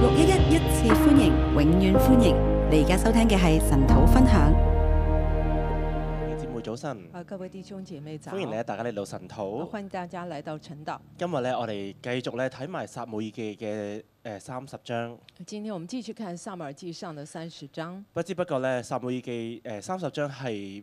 六一一一次歡迎，永遠歡迎！你而家收聽嘅係神土分享。節目早晨，啊，各位弟兄姐妹早！呃歡迎咧，大家嚟到神土。歡迎大家來到晨禱。今日咧，我哋繼續咧睇埋撒母耳記嘅誒三十章。今天我們繼續看《撒母耳記上》的三十章。不知不覺咧，撒母耳記誒三十章係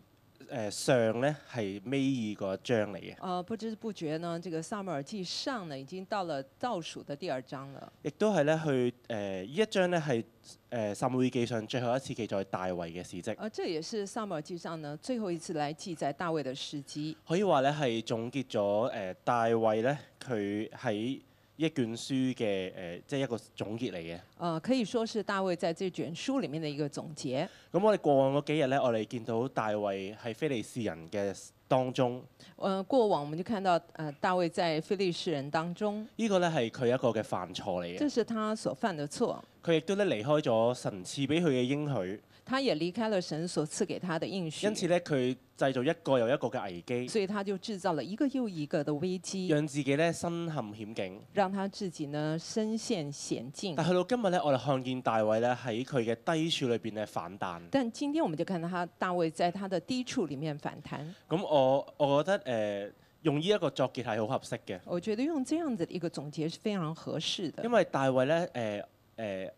誒上咧係尾二個章嚟嘅，呃，不知不覺呢，這個《撒母耳記上》呢，已經到了倒數的第二章了。亦都係咧去誒呢一章咧係誒撒母耳記上最後一次記載大衛嘅事蹟，而這呃也是《撒母耳記上》呢最後一次來記載大衛的事蹟。可以話咧係總結咗誒大衛咧佢喺一卷書嘅誒即係一個總結嚟嘅。呃，可以說是大衛在這卷書裡面的一個總結。咁我哋過往嗰幾日咧，我哋見到大衛喺非利士人嘅當中，呃，過往我們就看到，呃，大衛在非利士人當中，呢、個咧係佢一個嘅犯錯嚟這嘅。是他所犯的錯，佢亦都咧離開咗神賜俾佢嘅應許，他也離開了神所賜給他的應許因，此咧佢製造一個又一個嘅危機，所以他就製造了一個又一個的危機。讓自己咧身陷險境。让他自己呢深陷险境但。去到今日咧，我哋看見大衛咧喺佢嘅低處裏邊咧反彈。但今天我們就看到他大衛在他的低處里面反弹。咁我我覺得誒、呃用呢一個作結係好合適嘅，我觉得用这样子的一個總結是非常合適的因。為大衛咧誒誒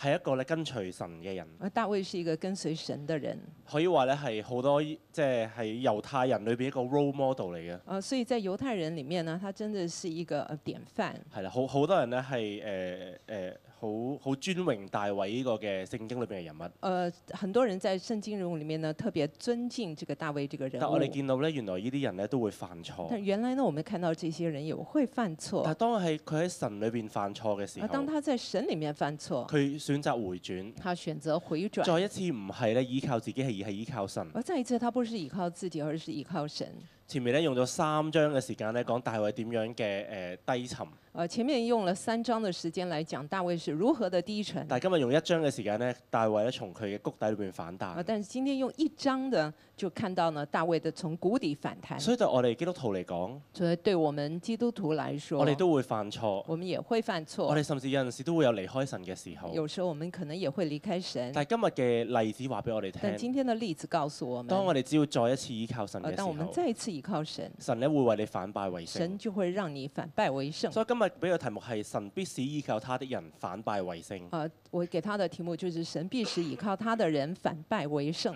係一個咧跟隨神嘅人。而大衛是一個跟隨神的人，可以話咧係好多即係喺猶太人裏邊一個 role model 嚟嘅，呃，所以在猶太人里面呢，他真的是一個呃典範。係啦，好好多人咧係誒誒好好尊榮大衛呢個嘅聖經裏邊嘅人物。呃，很多人在聖經人物里面呢，特別尊敬這個大衛這個人但我哋物。見到咧，原來呢啲人咧都會犯但錯。原來呢，我們看到這些人也會犯錯。但係當係佢喺神裏邊犯錯嘅時而啊當候，他在神里面犯錯，佢選擇回轉，他選擇回轉。再一次唔係咧依靠自己，係而係依靠神。而再一次，他不是依靠自己，而是依靠神。前面咧用咗三章嘅時間咧講大衛點樣嘅誒、低沉，呃，前面用了三章的時間來講大衛是如何的低沉，但係今日用一章嘅時間咧，大衛咧從佢嘅谷底裏邊反啊，彈。但是今天用一章的就看到呢，大衛的從谷底反彈。所以對我哋基督徒嚟講，所以對我們基督徒來說，我哋都會犯錯，我們也會犯我錯，哋甚至有陣時都會有離開神嘅時候。有時候我們可能也會離開神。但係今日嘅例子話俾我哋但聽，今天的例子告訴我當我們，哋只要再一次依靠神嘅呃，時當我們候，再一次依靠神，神咧會為你反敗為神勝。就會讓你反敗為勝。所以今日俾個題目係神必使依靠他的人反敗為勝。呃，我給他的題目就是“神必使倚靠他的人反敗為勝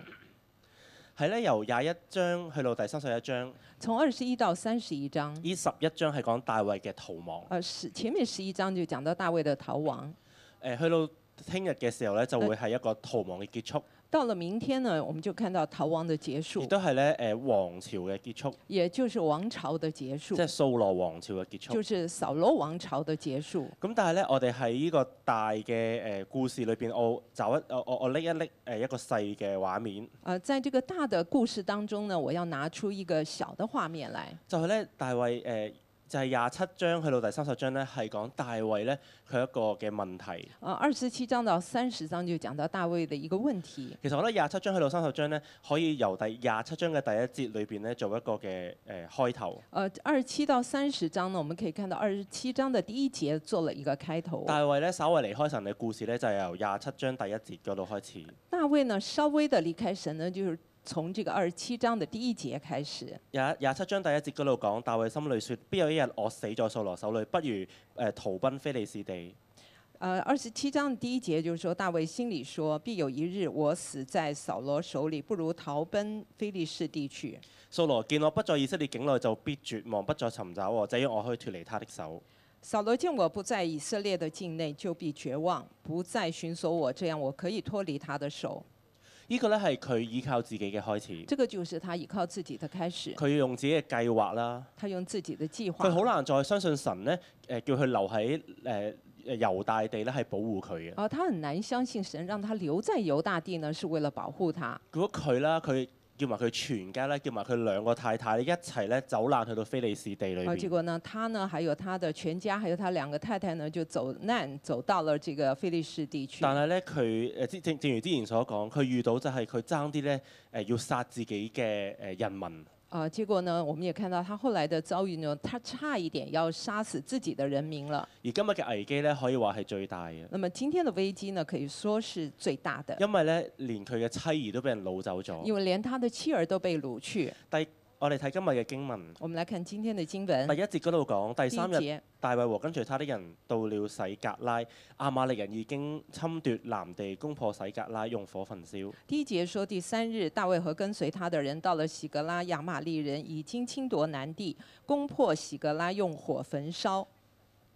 係咧由廿一章去到第三十一章，”。從二十一到三十一章，呢十一章係講大衛嘅逃亡。呃，十前面十一章就講到大衛的逃亡。誒去到聽日嘅時候咧，就啊會係一個逃亡嘅結束，到了明天呢，我們就看到逃亡的結亦束，都係咧誒王朝嘅結束，也就是王朝的結即束，係掃羅王朝嘅結束就。是掃羅王朝的結束。咁但係咧，我哋喺呢個大嘅誒、呃故事裏邊，我找一我我我拎一拎誒一個細嘅畫面，呃，在這個大的故事當中呢，我要拿出一個小的畫面來。就係咧大衛誒、呃就係廿七章去到第三十章咧，係講大衛咧佢一個嘅問題。呃，二十七章到三十章就講到大衛的一個問題。其實我覺得廿七章去到三十章咧，可以由第廿七章嘅第一節裏邊咧做一個嘅誒、呃、開頭。呃，二十七到三十章呢，我們可以看到二十七章的第一節做了一個開頭。大衛咧稍為離開神嘅故事咧，就係由廿七章第一節嗰度開始。大衛呢，稍微的離開神呢，就是從這個二十七章的第一節開始。廿廿七章第一節嗰度講，大衛心裏說：必有一日我死在掃羅手裏，不如誒、呃逃奔非利士地。呃，二十七章第一节就是说，大卫心里说：“必有一日我死在扫罗手里，不如逃奔非利士地去。掃羅見我不在以色列境內，就必絕望，不再尋找我，這樣我可以脱離他的手。扫罗见我不在以色列的境內，就必絕望，不再尋索我，这樣我可以脱離他的手。呢、個呢係佢依靠自己嘅開始，这个就是他依靠自己的開始，佢要用自己嘅計劃啦，他用自己的計佢好劃。難再相信神呢，誒、呃叫佢留喺誒誒猶大地呢係保護佢嘅。啊，他很難相信神讓他留在猶大地呢，是為了保護他。如果佢啦，佢叫埋佢全家啦，叫埋佢兩個太太一齊呢走難去到非利士地裏啊，結邊。果呢，他呢，還有他的全家，還有他兩個太太呢，就走難走到了這個非利士地去。但係呢，佢誒之正呃正如之前所講，佢遇到就係佢爭啲呢誒要殺自己嘅誒人民。呃，结果呢，我们也看到他后来的遭遇呢，他差一点要杀死自己的人民了。而今日嘅危機咧，可以話係最大嘅，那么今天的危机呢，可以说是最大的，因為咧連佢嘅妻兒都俾人擄走咗。因为连他的妻儿都被掳去。我哋睇今日嘅經文，我们来看今天的经第文，一節嗰度講，哎第嗯第三一日节，大衛和跟隨他的人到了洗格拉，亞瑪力人已經侵奪南地，攻破洗格拉，用火焚燒。第一节说，第三日，大卫和跟随他的人到了喜格拉，亚玛利人已经侵夺南地，攻破喜格拉，用火焚烧。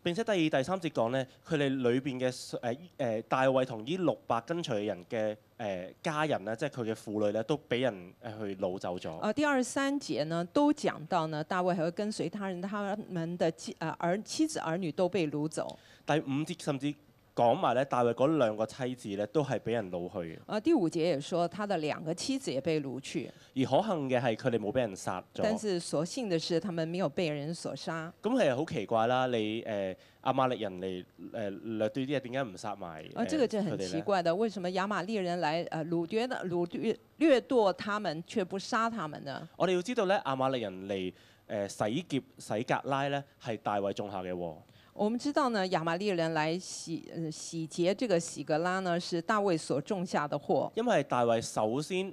並且第二、第三節講呢，佢哋裏邊嘅誒誒大衛同呢六百跟隨嘅人嘅誒、呃家人咧，即係佢嘅婦女咧，都俾人誒去擄走咗。呃，第二三节呢，都讲到呢，大卫和跟随他人他们的妻呃儿妻子儿女都被掳走。第五節甚至講埋咧，大衛嗰兩個妻子咧，都係俾人擄去呃，第五节也说他的两个妻子也被掳去，嘅。而可幸嘅係佢哋冇俾人殺但咗。是所幸的是他们没有被人所杀。咁係好奇怪啦！你誒亞瑪力人嚟誒掠奪啲嘢，點解唔殺埋？呃，呃这个就佢很哋呢奇怪的，为什么亚玛利人来呃掳掠的掳掠掠夺他们，却不杀他们呢？我哋要知道咧，亞瑪力人嚟誒、呃洗劫洗格拉咧，係大衛種下嘅禍。我们知道呢，亚玛利人来洗呃洗劫这个喜格拉呢，是大卫所种下的祸。因為大衛首先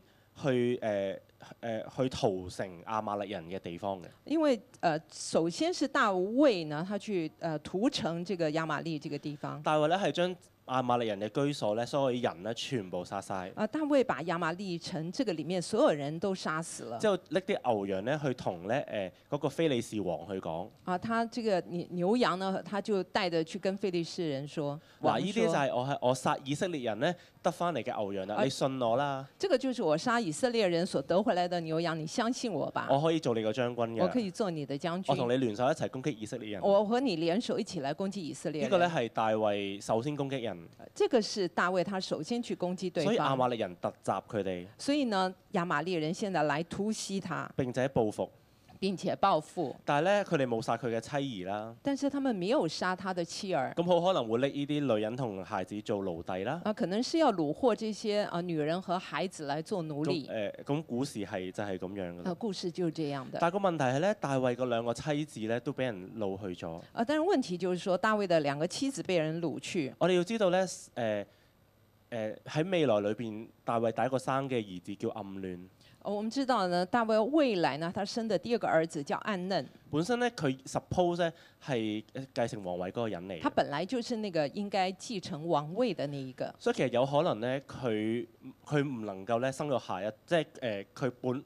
去誒誒、呃呃去屠城亞瑪力人嘅地方嘅，因为呃，首先是大卫呢，他去呃屠城这个亚玛利这个地方。大衛咧係將亞瑪力人嘅居所咧，所有人咧全部殺晒，呃，大卫把亚玛利城这个里面所有人都杀死了之。後拎啲牛羊咧去同咧誒嗰個非利士王去講，啊，他这个牛牛羊呢，他就带着去跟非利士人说，嗱王呢啲说就係我係我殺以色列人咧得翻嚟嘅牛羊啦，啊你信我啦，这个就是我杀以色列人所得回来的牛羊，你相信我吧，我可以做你個將軍啊我可嘅，以做你的将军我，同你聯手一齊攻擊以色列人。我和你联手一起来攻击以色列呢人。個咧係大衛首先攻擊人，这个是大卫他首先去攻击对所以亞瑪方，力人突襲佢哋，所以呢，亚玛利人现在来突袭他，並且報復。并且报复，但係咧，佢哋冇殺佢嘅妻兒啦。但是他们没有杀他的妻儿，咁好可能會拎呢啲女人同孩子做奴隸啦。啊，可能是要虜获这些啊、女人和孩子来做奴咁隶。誒，咁股市係就係咁樣噶啊，啦。故事就是这样的。但係個問題係咧，大衛個兩個妻子咧都俾人擄去咗。啊，但是问题就是说，大卫的两个妻子被人掳去。我哋要知道咧，誒誒呃喺未來裏邊，大衛第一個生嘅兒子叫暗戀。呃我们知道呢，大卫未来呢，他生的第二个儿子叫暗嫩，本身咧佢 suppose 咧係呃繼承王位嗰個人嚟他嘅，本来就是那个应该继承王位的那一个。所以其實有可能咧佢佢唔能夠咧生咗下一，即係誒呃佢本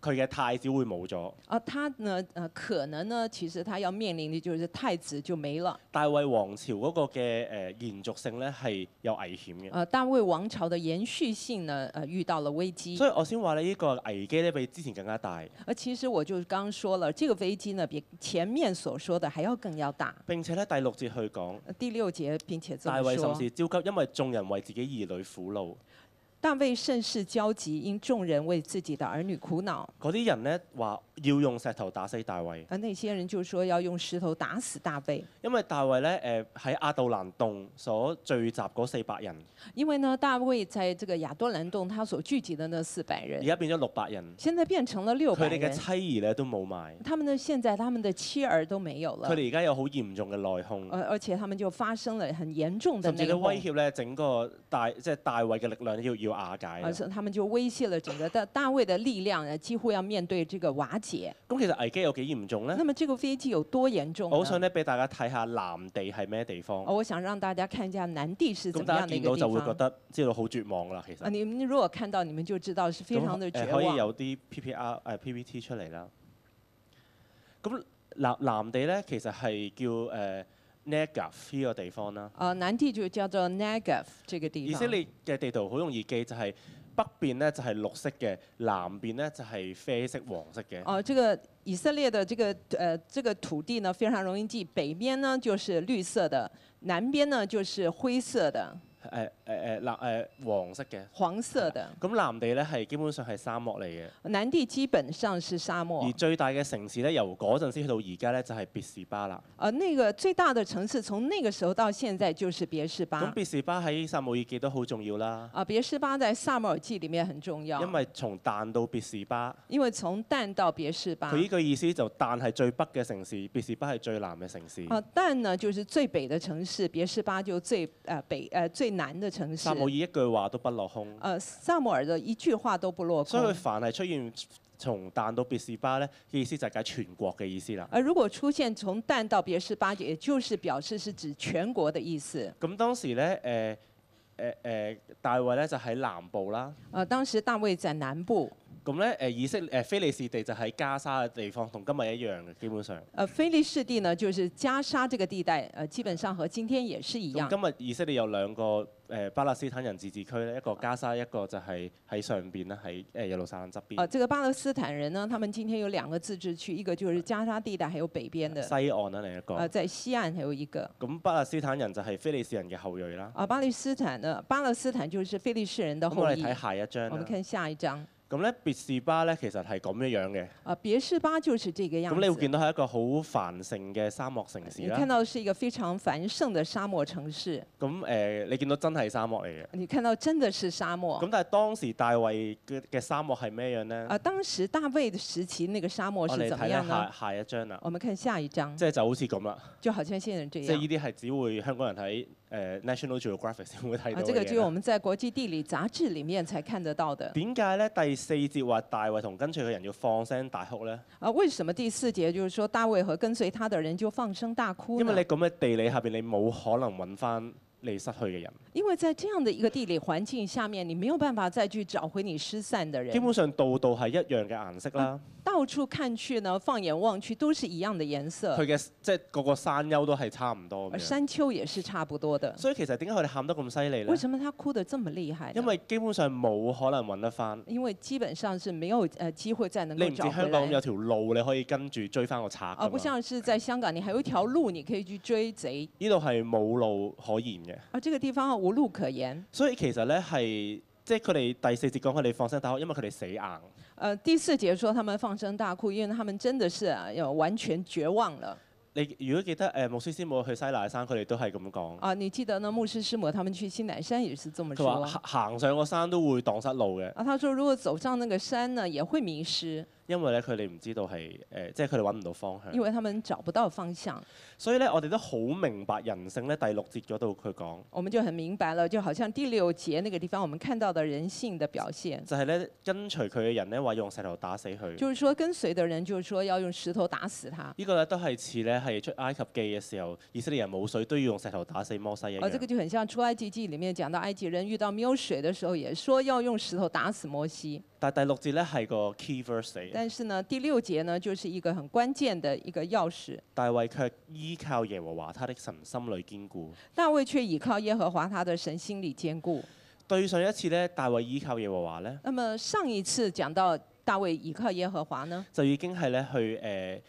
佢嘅太子會冇咗。啊，他呢，呃，可能呢，其实他要面临的就是太子就没了。大衛王朝嗰個嘅誒延續性咧係有危險嘅，呃，大卫王朝的延续性呢，呃，遇到了危机。所以我先話咧呢個危機咧比之前更加大。而其实我就刚说了，这个危机呢，比前面所说的还要更要大。並且咧第六節去講，呃第六节，并且这大么衛说甚，是焦急，因為眾人為自己兒女苦惱，大卫甚是焦急，因众人为自己的儿女苦恼。嗰啲人咧話要用石頭打死大衛，而那些人就說要用石頭打死大卫，因為大衛咧誒喺亞杜蘭洞所聚集嗰四百人，因为呢，大卫在这个亚多兰洞他所聚集的那四百而人，家變咗六百人，现在变成了六佢百哋嘅人。妻兒咧都冇埋，他们呢，现在他们的妻儿都没有了呃佢，哋而家有好嚴重嘅內訌，而而且他们就发生了很严重的甚内至佢威讧，脅咧整個大即係大衛嘅力量要要瓦解啦而。呃且他们就威胁了整个大大卫的力量呢，几乎要面对这个瓦解。咁其實危機有幾嚴重咧那？么这个危机有多严重哦我好想呢？咧俾大家睇下南地係咩地方。啊哦我想让大家看一下南地是怎咁么大家样的一見个到就地會覺方。得知道好絕望啦，其啊，實。你们如果看到，你们就知道是非常的咁绝可以望。有啲 PPR 誒 PPT 出嚟啦。咁南南地咧，其實係叫誒 Negev 呢個地方啦。呃，南地就叫做 Negev 这个地以方。色列嘅地圖好容易記，就係北邊咧就係綠色嘅，南邊咧就係啡色、黃色嘅。哦，这个以色列的这个呃这个土地呢非常容易记，北边呢就是绿色的，南边呢就是灰色的。誒誒誒呃藍誒黃色嘅。黄色的。咁南地咧係基本上係沙漠嚟嘅，南地基本上是沙漠而，最大嘅城市咧，由嗰陣時去到而家咧就係別士巴啦。呃，那个最大的城市從那個時候到現在就是別是咁巴。別士巴喺撒母耳記都好重要啦，啊，別是巴在萨姆耳記裡面很重要，因為從但到別士巴，因為從但到別是巴佢，呢句意思就但係最北嘅城市，別士巴係最南嘅城市。啊，但呢就是最北的城市，別是巴就最呃北呃最南的城市撒。母耳一句話都不落空，呃，萨姆耳的一句話都不落所以佢空。凡係出現從但到別士巴咧，嘅意思就係解全國嘅意思啦。而如果出現從但到別是巴，也就是表示是指全國的意思。咁當時咧，誒誒誒，呃大衛咧就喺南部啦。呃，當時大衛在南部，咁咧誒，以色列呃誒非利士地就喺加沙嘅地方，同今日一樣嘅基本上。呃，菲利士地呢就是加沙這個地帶，呃，基本上和今天也是一樣咁。今日以色列有兩個誒巴勒斯坦人自治區咧，一個加沙，一個就係喺上邊啦，喺誒耶路撒冷側邊呃，這個巴勒斯坦人呢，他們今天有兩個自治區，一個就是加沙地帶，還有北邊的，西岸啦，另一呃，個。在西岸還有一個。咁巴勒斯坦人就係非利士人嘅後裔啦。啊，巴勒斯坦呢，巴勒斯坦就是菲利士人的咁我後哋裔。睇下一啊章我們啦。看下一章，咁咧別士巴咧其實係咁樣樣嘅。啊，別是巴就是這個咁你樣會子。見到係一個好繁盛嘅沙漠城市啊你啦看。到是一個非常繁盛的沙漠城市，咁誒、呃你見到真係沙漠嚟嘅。你看到真的是沙漠咁。但係當時大衛嘅嘅沙漠係咩樣咧？哦啊，當時大衛的時期那個沙漠我是哋怎麼睇樣咧呢下？下一章啦，我們看下一章，即係就好似咁啦，就好像現在這即係樣。呢啲係只會香港人喺誒、呃 National Geographic 先會睇啊，到這個嘅只有嘢我啦。們在國際地理雜誌裡面才看得到的。點解咧？第四節話大衛同跟隨嘅人要放聲大哭咧？啊，为什么第四节就是说大衛和跟隨他的人就放聲大哭因為呢？你咁嘅地理下邊，你冇可能揾翻你失去嘅人。因為在這樣的一個地理環境下面，你沒有辦法再去找回你失散的基人。本上度度係一樣嘅顏色啦，到處看去呢，放眼望去都是一樣的顏色佢，嘅即係個個山丘都係差唔多而咁樣。啊山丘也是差不多的。所以其實點解佢哋喊得咁犀利咧為？什麼他哭得這麼厲害呢？因為基本上冇可能揾得翻。因為基本上是沒有呃機會再能你唔知夠找回香港有來。條路你可以跟住追翻個賊㗎啊，不嘛像是在香港，你還有一條路你可以去追賊，呢度係冇路可言嘅，而這個地方啊無路可言。所以其實咧係即係佢哋第四節講佢哋放聲大哭，因為佢哋死硬。呃，第四節說他們放聲大哭，因為他們真的是啊，要完全絕望了。你如果記得誒牧師師母去西乃山，佢哋都係咁講，啊，你記得呢？牧師師母他們去西南山也是這麼佢說話行行上個山都會蕩失路嘅，啊。他說，如果走上那個山呢，也會迷失，因為咧佢哋唔知道係誒、呃即係佢哋揾唔到方因向。為他們找不到方向。所以咧，我哋都好明白人性咧。第六節嗰度佢講我們就很明白了，就好像第六節那個地方，我們看到的人性的表現，就係咧跟隨佢嘅人咧話用石頭打死佢。就是說跟隨的人，就是說要用石頭打死他。呢個咧都係似咧係出埃及記嘅時候，以色列人冇水都要用石頭打死摩西一而、啊、這個樣。就很像《出埃及記》裡面講到埃及人遇到沒有水的時候，也說要用石頭打死摩西。但係第六節咧係個 key verse 嚟嘅。但是呢，第六節呢，就是一個很關鍵的一個鑰匙。大衛卻依靠耶和華他的神，心裏堅固。大衛卻倚靠耶和華他的神，心裡堅固。對上一次咧，大衛依靠耶和華咧，那么上一次講到大衛倚靠耶和華呢，就已經係咧去誒誒、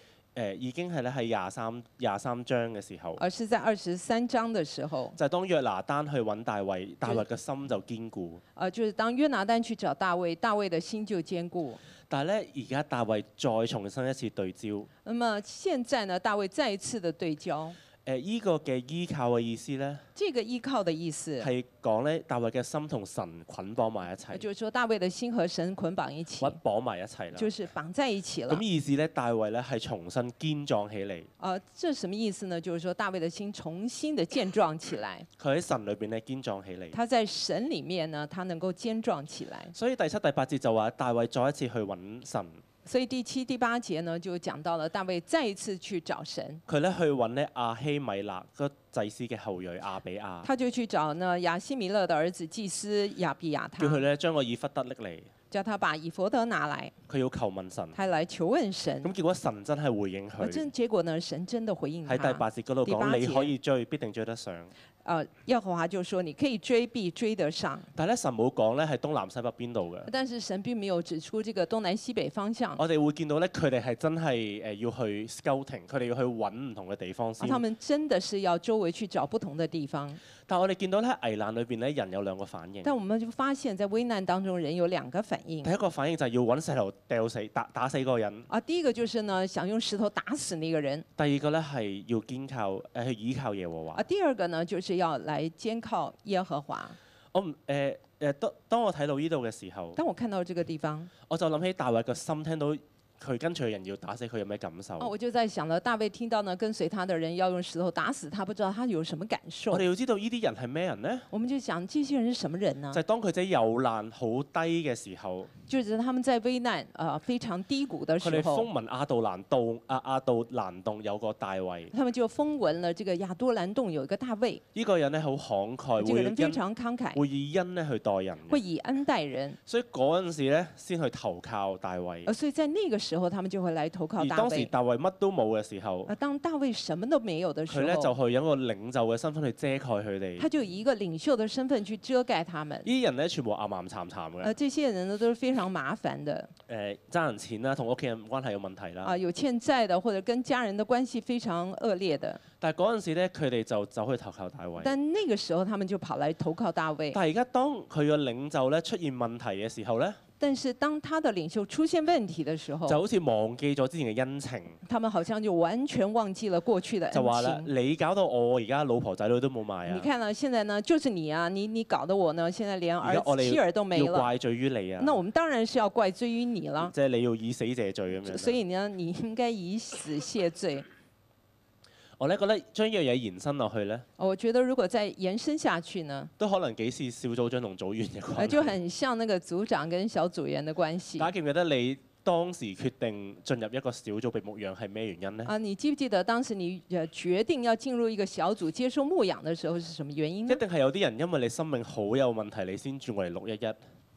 呃已經係咧喺廿三廿三章嘅時候，而是在二十三章的時候，就係、當約拿單去揾大衛，大衛嘅心就堅固。呃，就是當約拿單去找大衛，大衛的心就堅固。但係咧，而家大衛再重新一次對焦，誒、那麼現在呢，大衛再一次的對焦，呃依、個嘅依靠嘅意思咧，這個依靠的意思，係講咧大衛嘅心同神捆綁埋一呃齊，就是說大衛的心和神捆綁一起捆，綁埋一齊就啦。是綁在一起了咁。意思咧，大衛咧係重新堅壯起嚟，呃，這什麼意思呢？就是說大衛的心重新的健壯起來，佢喺神裏邊咧堅壯起嚟。他在神裡面呢，他能夠堅壯起來。所以第七、第八節就話大衛再一次去揾神，所以第七、第八節呢，就講到了大衛再一次去找神。佢咧去揾咧亞希米勒個祭司嘅後裔亞比亞，他就去找呢亞希米勒的兒子祭司亞比亞他，叫佢咧將個以弗得拎嚟。叫他把以弗得拿来，佢要求問神。他来求问神。咁結果神真係回應而佢。嗯真结果呢，神真的回应喺第他。八節嗰度第八啊講，節你可以追，必定追得上。呃，耶和華就说：你可以追必追得上，但係咧，神冇講咧係東南西北邊度嘅。但是神并没有指出这个东南西北方向。我哋會見到咧，佢哋係真係誒要去 scouting，佢哋要去揾唔同嘅地方啊先。他们真的是要周围去找不同的地方，但係我哋見到咧危難裏邊咧，人有兩個反應。但我们就发现，在危難當中，人有兩個反應第一個反應就係要揾石頭掉死打打死嗰個人，啊。第一個就是呢，想用石頭打死那個人第二個咧係要堅靠誒、去倚靠耶和華啊。。第二個呢，就是要來監靠耶和華。我唔誒誒，當當我睇到呢度嘅時候，當我看到這個地方，我就諗起大衛個心，聽到佢跟隨嘅人要打死佢有咩感受？哦，我就在想了，大衛聽到呢，跟隨他的人要用石頭打死他，不知道他有什麼感受。我哋要知道呢啲人係咩人呢？我們就想，這些人是什麼人呢就？係當佢仔有難好低嘅時候，就是他们在危難呃非常低谷的佢時哋風候，聞亞杜蘭洞啊亞杜蘭洞有個大衛，他們就風聞了這個亞多蘭洞有一個大衛，呢、個人咧好慷慨，這個會人非因常慷慨，會以恩咧去待人嘅，會以恩待人。所以嗰陣時咧先去投靠大衛呃，。所以在那個時候，他們就會來投靠而大當時衛。大衛乜都冇嘅時候，而當大衛什麼都沒有的時佢咧就候，去有一個領袖嘅身份去遮蓋佢哋。他呃就以一個領袖的身份去遮蓋他們呢。啲人咧全部岩岩慘慘嘅，呃，誒、這些人呢都是非常麻煩的爭人錢啦，同屋企人關係有問題啊、啦。有欠債的或者跟家人的關係非常惡劣的。但係嗰陣時咧，佢哋就走去投靠大衛。但那個時候，他們就跑來投靠哎大衛。但係而家當佢嘅領袖咧出現問題嘅時候咧，但是當他的領袖出現問題的時候，就好似忘記咗之前嘅恩情，他們好像就完全忘記了過去的就話啦呃恩：情。你搞到我而家老婆仔女都冇埋你啊，看呢、現在呢，就是你啊，你你搞得我呢，現在連而家我兒哋子妻兒都沒要了。怪罪於你啊，那我們當然是要怪罪於你了。即係你要以死謝罪咁樣啦。所以呢，你應該以死謝罪。我咧覺得將呢樣嘢延伸落去咧，我覺得如果再延伸下去呢，都可能幾似小組長同組員嘅關係。呃，就很像那個組長跟小組員的關大家係。記唔記得你當時決定進入一個小組被牧養係咩原因呢？啊，你記不記得當時你呃決定要進入一個小組接受牧養的時候是什麼原因一呢？定係有啲人因為你生命好有問題，你先轉過嚟六一一，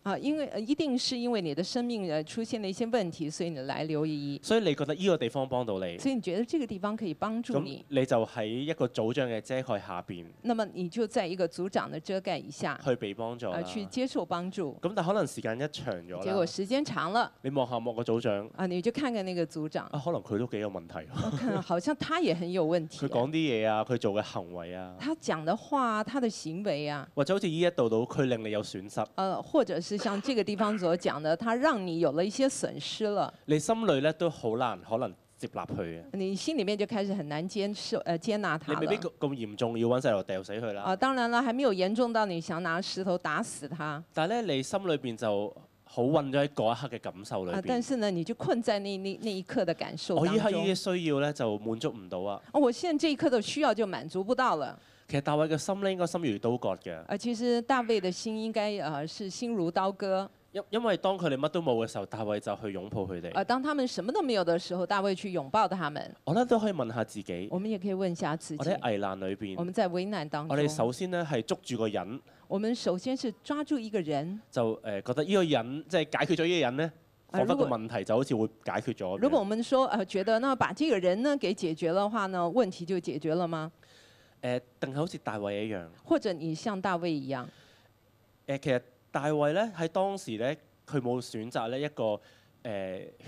啊，因為、呃、一定是因為你的生命呃出現了一些問題，所以你來留意，所以你覺得呢個地方幫到你，所以你覺得這個地方可以幫助咁你，你就喺一個組長嘅遮蓋下邊那麼你就在一個組長的遮蓋以下，去被幫助啦呃，去接受幫助。咁但可能時間一長咗結果啦，時間長了你望下望個組長啊，你就看看那個 組長。啊，可能佢都幾有 問題喎，我哦看好像他也很有問題佢。講啲嘢啊，佢做嘅行為啊，他講的話，他的行為啊，或者好似呢一度到佢令你有損失，呃，或者是像這個地方所講的，他讓你有了一些損失了，你心裏咧都好難可能接納佢嘅，你心裡面就開始很難接受呃接納他你未必了。咁咁嚴重要揾細路掉死佢啦。啊，當然了，還沒有嚴重到你想拿石頭打死他啊，但係咧，你心裏邊就好混咗喺嗰一刻嘅感受裏啊但邊。是呢，你就困在那那那一刻的感受我當依刻呢中啲。需要咧就滿足唔到啊。哦，我現在這一刻的需要就滿足不到了。其實大衛嘅心咧應該心如刀割嘅，呃，其實大衛的心應該呃是心如刀割。因因為當佢哋乜都冇嘅時候，大衛就去擁抱佢呃，哋。當他們什麼都沒有的時候，大衛去擁抱他們。我咧都可以問下自己，我們也可以問一下自我己哋。喺危難裏我邊，們在危難當我哋中，首先咧係捉住個人，我們首先是抓住一個人。就誒覺得呢個人即係解決咗呢個人咧，彷啊彿如個果問題就好似會解決咗咁樣。如果我們說呃覺得那把這個人呢給解決的話呢，問題就解決了嗎？誒，呃定係好似大衛一樣或者你像大衛一樣，誒，其實大衛咧喺當時咧，佢冇選擇咧一個誒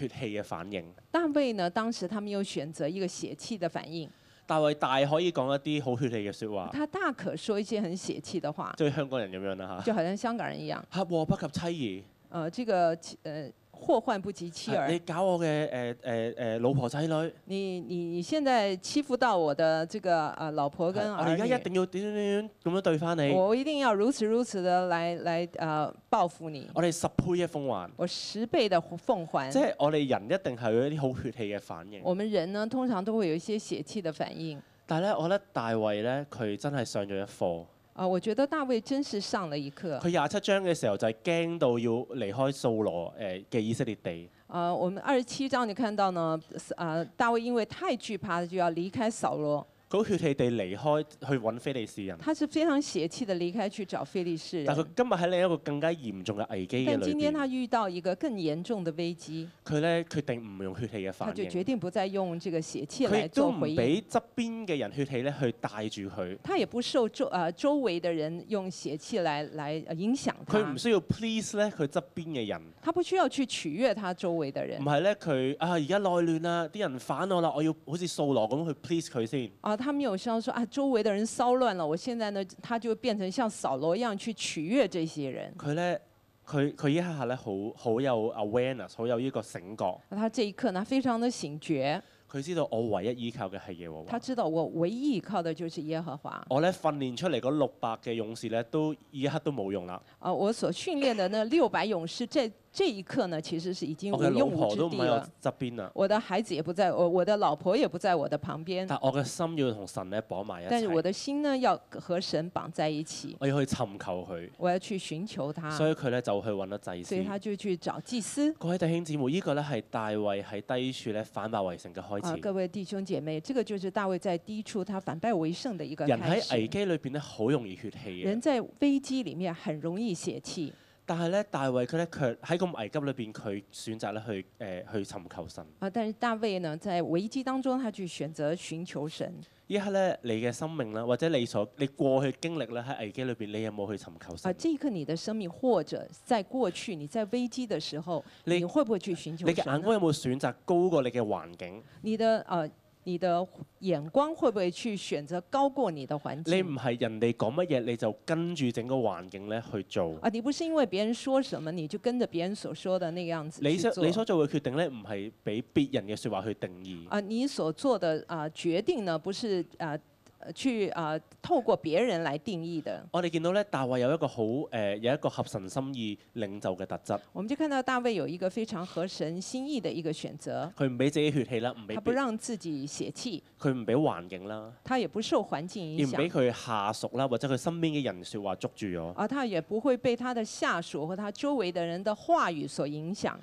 血氣嘅反應。大衛呢當時他沒有選擇一個血氣的反應，大衛大可以講一啲好血氣嘅説 話，他大可說一些很血氣的話，即係香港人咁樣啦嚇。就好像香港人一樣，嚇禍不及妻呃，這個妻呃禍患不及妻兒，啊你兒，搞我嘅誒誒誒老婆仔女，係你你你現在欺負到我的這個呃老婆我跟哋而家兒啊一定要點點點咁樣對翻女，你，我一定要如此如此的來來呃報復你，我哋十倍嘅奉還，我十倍的奉還即。係我哋人一定係有一啲好血氣嘅反應。嗯我们人呢，通常都會有一些血氣的反應但係咧，我覺得大衛咧，佢真係上咗一課。啊。我覺得大衛真是上了一 課。佢廿七章嘅時候就係驚到要離開掃羅誒嘅以色列地，啊，我們二十七章你看到呢，啊，大衛因為太懼怕，就要離開掃羅。佢好血氣地離開去揾非利士人。他是非常邪气的离开去找非利士但佢人，今日喺另一個更加嚴重嘅危機嘅但裏今天邊，他遇到一个更严重的危机，佢咧決定唔用血氣嘅他反就應啊决，定不再用这个邪气佢来亦都做唔回应，俾側邊嘅人血氣咧去帶住佢，他也不受周呃周围的人用邪气来来呃影响佢他唔，需要 please 咧佢側邊嘅人。他不需要去取悦他周围的人唔。係咧，佢啊而家內亂啦，啲人反我啦，我要好似掃羅咁去 please 佢先。啊，他们有时候说啊，周围的人骚乱了，我现在呢，他就变成像扫罗一样去取悦这些人。佢咧，佢佢一下咧好好有 awareness，好有呢個醒覺，那啊他这一刻呢，非常的醒觉，佢知道我唯一依靠嘅係耶和他華。知道我唯一依靠的就是耶和华。我咧訓練出嚟嗰六百嘅勇士咧，都依一刻都冇用啦。啊，我所训练的那六百勇士，这这一刻呢，其实是已经我无嘅老用武婆之都唔地喺我了。側邊啦，我的孩子也不在，我我的老婆也不在我的旁边，但我嘅心要同神咧綁埋一但是我齊，的心呢，要和神绑在一起，我要去尋求佢，我要去寻求他，所以佢咧就去揾咗祭啊所以他司。就去找祭司。各位弟兄姊妹，呢、個咧係大衛喺低處咧反敗為勝嘅開啊，始。各位弟兄姐妹，这个就是大卫在低处他反败为胜的一个人开喺始。危機裏邊咧，好容易血氣嘅人。在危机里面很容易泄气，但係咧，大衛佢咧卻喺咁危急裏邊，佢選擇咧去誒、呃去尋求神。啊，但是大卫呢，在危机当中，他去选择寻求神。依刻咧，你嘅生命啦，或者你所你過去經歷咧喺危機裏邊，你有冇去尋求啊，神？这一刻你的生命，或者在过去你在危机的时候，你你会不会去寻求你嘅神眼呢？光有冇選擇高過你嘅環境？你的呃，你的眼光会不会去选择高过你的环你境？唔係人哋講乜嘢你就跟住整個環境咧去做。啊，你不是因为别人说什么，你就跟着别人所说的那个样子你去所做。啊你所做嘅決定咧，唔係俾別人嘅説話去定義。啊，你所做的啊决定呢，不是啊呃去啊透过别人来定义的。我哋見到咧，大衛有一個好誒、呃有一個合神心意領袖嘅特質。我们就看到大卫有一个非常合神心意的一个选择，佢唔俾自己血氣啦，唔俾啊他不別让自己泄气，佢唔俾環境啦。他也不受环境而影唔俾响，佢下屬啦，或者佢身邊嘅人説話啊捉住咗。而啊他也不会被他的下属和他周围的人的话语所影响。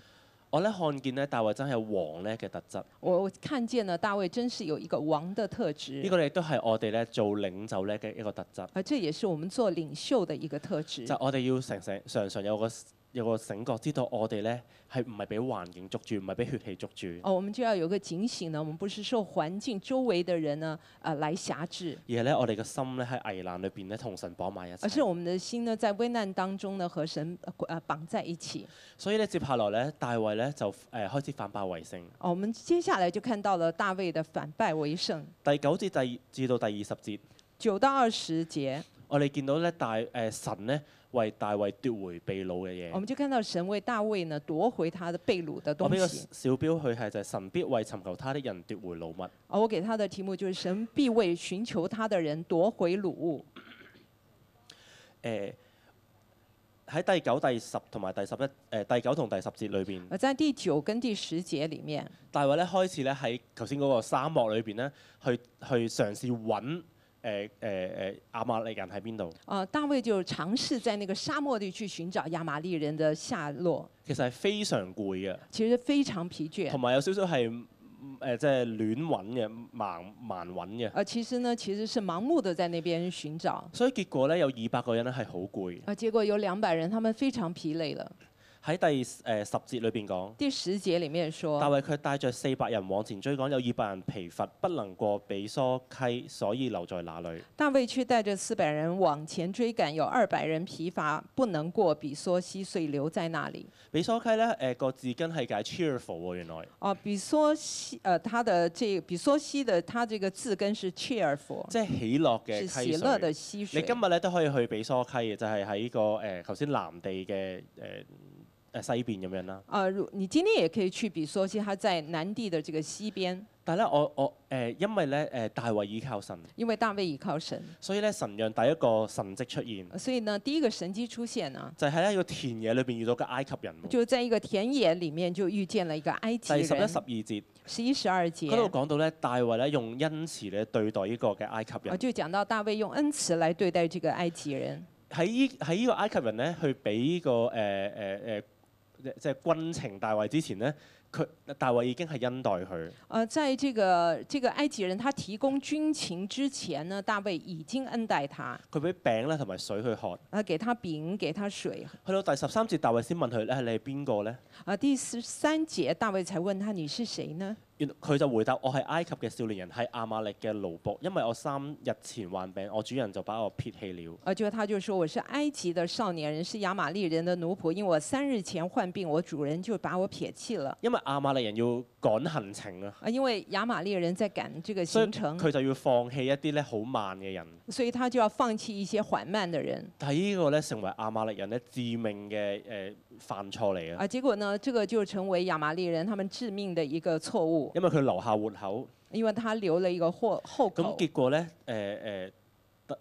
我咧看見咧，大衛真係王咧嘅特質，我我看见了大卫真是有一个王的特呢质，個亦都係我哋咧做領袖咧嘅一個特質，而这也是我们做领袖的一个特质就。係我哋要成成常常有個有個醒覺，知道我哋咧係唔係俾環境捉住，唔係俾血氣捉住，哦，我们就要有个警醒呢，我们不是受环境周围的人呢啊、呃来辖制，而係咧我哋嘅心咧喺危難裏邊咧同神綁埋一而是齊。我们的心呢在危难当中呢和神呃呃绑在一起。所以咧接下來咧，大衛咧就誒、呃、開始反敗為勝。哦，我们接下来就看到了大卫的反败为胜。第九節第至到第二十節，九到二十节，我哋見到咧大誒、呃神咧為大衛奪回被擄嘅嘢哦我。们就看到神为大卫呢夺回他的被掳的我东俾個西。小標佢係就係神必為尋求他的人奪回老物。而哦我给他的题目就是神必为寻求他的人夺回掳物。誒呃喺第九、第十同埋第十一誒、第九同第十節裏邊，而在第九跟第十节里面，大衛咧開始咧喺頭先嗰個沙漠裏邊咧，去去嘗試揾呃誒誒誒亞瑪力人喺邊度。呃，大卫就尝试在那个沙漠里去寻找亚玛利人的下落，其實係非常攰嘅，其实非常疲倦同。埋有少少係誒即係亂揾嘅、盲盲揾嘅。呃，其实呢，其实是盲目的在那边寻找。所以結果咧，有二百個人咧係好攰。啊，结果有两百人，他们非常疲累了。喺第誒、十節裏邊講。第十节里面说，大衛卻帶着四百人往前追趕，有二百人疲乏，不能過比梭溪，所以留在那裏。大卫却带着四百人往前追赶，有二百人疲乏，不能过比梭溪，遂留在那里。比梭溪咧，誒、個字根係解 cheerful 喎，原來哦，比梭西，呃，它的这比梭西的它这个字根是 cheerful，即係喜樂嘅是溪喜乐水。的溪你水。今日咧都可以去比梭溪嘅，就係喺個誒頭先南地嘅誒誒西邊咁樣啦。呃，如你今天也可以去比梭西，它在南地的这个西边，但係咧，我我誒、呃因為咧誒、大衛倚靠神，因为大卫倚靠神，所以咧神讓第一個神跡出現，呃所以呢，第一个神迹出现呢，就係喺一個田野裏邊遇到嘅埃及人喎。就在一个田野里面就遇见了一个埃及第十一、十人二。節十一、十二节，嗰度講到咧，大衛咧用恩慈咧對待呢個嘅埃及人啊，。就讲到大卫用恩慈来对待这个埃及人。喺依喺依個呃埃及人咧，去俾呢個誒誒誒，即係軍情大衛之前咧，佢大衛已經係恩待佢。呃，在这个这个埃及人他提供军情之前呢，大卫已经恩待他，佢俾餅咧同埋水去喝。呃，給他饼，給他水。去到第十三節，大衛先問佢咧：你係邊個咧？啊，第十三節大衛才問他：“你是誰呢原來佢就回答：我係埃及嘅少年人，係亞瑪力嘅奴僕。因為我三日前患病，我主人就把我撇棄了？”。呃，就他就说：“我是埃及的少年人，是亚玛利人的奴仆，因为我三日前患病，我主人就把我撇弃了。因為亞瑪力人要趕行程啊，啊，因為亚玛利人在赶这个所以行程，佢就要放棄一啲咧好慢嘅人。所以他就要放棄一些缓慢的人。但係呢個咧成為亞瑪力人咧致命嘅誒、呃犯錯嚟啊，啊，结果呢，这个就成为亚玛利人他们致命的一个错误，因為佢留下活口。因为他留了一个后后咁口。結果咧誒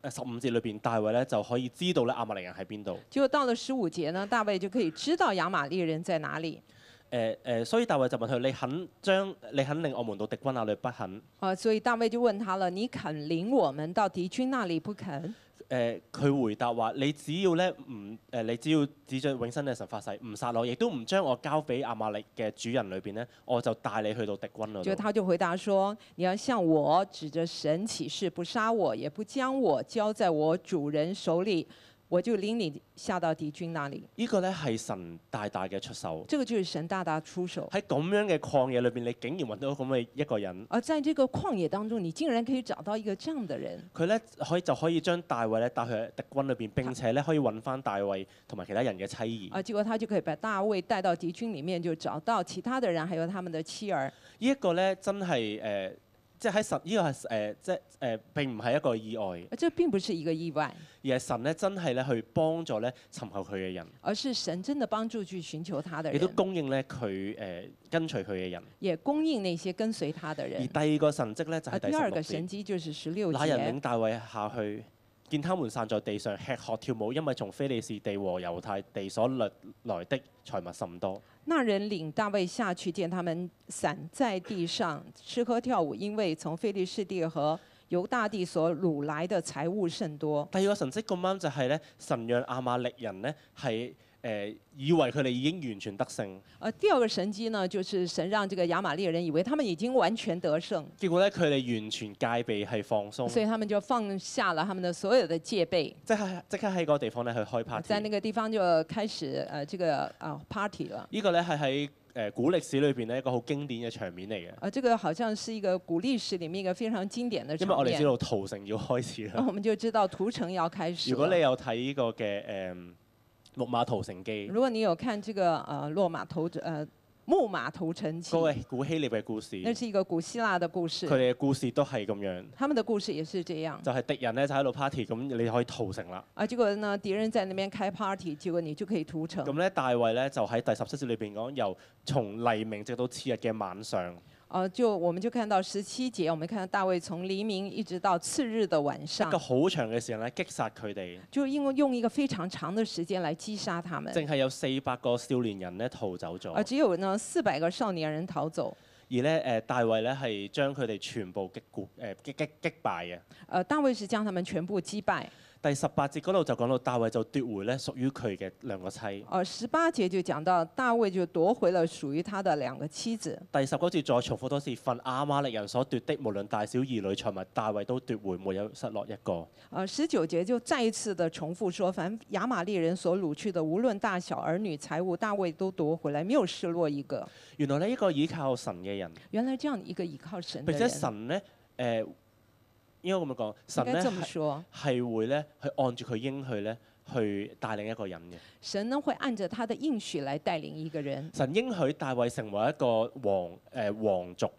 誒十五節裏邊，大衛咧就可以知道咧亞瑪力人喺邊度。结果到了十五节呢，大卫就可以知道亚玛利人在哪里。誒誒，所以大衛就問佢：你肯將你肯領我們到敵軍那裏不肯？啊，所以大卫就问他了：“你肯领我们到敌军那里不肯誒，佢回答話：你只要咧唔誒，你只要指着永生嘅神發誓，唔殺我，亦都唔將我交俾亞瑪力嘅主人裏邊咧，我就帶你去到敵軍？”就嗰度。他就回答说：“你要向我指着神起誓，不杀我，也不将我交在我主人手里，我就领你下到敌军那里。呢個咧係神大大嘅出手”。这个就是神大大出手。喺咁樣嘅曠野裏邊，你竟然揾到咁嘅一個人，而在这个旷野当中，你竟然可以找到一个这样的人，佢咧可以就可以將大衛咧帶去敵軍裏邊，並且咧可以揾翻大衛同埋其他人嘅妻兒。啊，结果他就可以把大卫带到敌军里面，就找到其他的人，还有他们的妻儿。呢一個咧真係誒、呃即係喺神呢、個係誒、呃即係誒、呃、並唔係一個意外，而这并不是一个意外，而係神咧真係咧去幫助咧尋求佢嘅人，而是神真的帮助去尋求他的亦都人，供應咧佢誒跟隨佢嘅人。也供應那些跟隨他的而人。第二個神跡咧就係而第第十二個六神節，迹就是十六那人节，領大衛下去。見他們散在地上吃喝跳舞，因為從非利士地和猶太地所掠來的財物甚多。那人领大卫下去，见他们散在地上吃喝跳舞，因为从非利士地和犹大地所掳来的财物甚多。第二個神跡咁啱就係咧，神讓亞瑪力人咧係誒以為佢哋已經完全得勝，而呃第二个神迹呢，就是神讓这个亚玛利人以為他們已經完全得勝，結果咧佢哋完全戒備係放鬆，所以他们就放下了他們的所有的戒備，即係即刻喺個地方咧去開在 party 那。個地方就開始呃这個啊 party 了。呢個咧係喺誒古歷史裏邊咧一個好經典嘅場面嚟嘅，啊，这个好像是一个古历史里面一个非常经典的因為场我哋知面，道屠城要開始然啦。后我们就知道屠城要開始如果了你有睇呢個嘅誒《木馬屠城記》，如果你有看这个呃落马头呃木马屠城记嗰，個係古希臘嘅故事，那嗯佢是一个古希腊的故事，哋嘅故事都係咁樣，他们的故事也是这样就係敵人咧就喺度 party，咁你可以屠城啦。啊。结果呢，敌人在那边開 party，结果你就可以屠城咁。咧，大衛咧就喺第十七節裏邊講，由從黎明直到次日嘅晚上，呃，就我们就看到十七节，我们看到大卫从黎明一直到次日的晚一上個，好長嘅時間咧擊殺佢哋，就因为用一个非常长的时间来击杀他们，淨係有四百個少年人咧逃走咗，而而只有呢四百个少年人逃走。咧誒大衛咧係將佢哋全部擊鼓誒擊擊擊敗嘅。呃，大卫是将他们全部击敗。第十八節嗰度就講到大衛就奪回咧屬於佢嘅兩個妻。呃，十八节就讲到大卫就夺回了属于他的两个妻子。第十九節再重複多次，份亞瑪力人所奪的，無論大小兒女財物，大衛都奪回，沒有失落一個。呃，十九节就再一次的重复说，凡亚玛利人所掳去的，无论大小儿女财物，大卫都夺回来，没有失落一个。原來呢一個倚靠神嘅人，原来这样一个倚靠神的並且人，神咧誒、呃、應該咁樣講，应神该咧这么係说，係會咧去按住佢應許咧去帶領一個人嘅。神呢会按着他的应许来带领一个人。神應許大衛成為一個王誒、呃王族，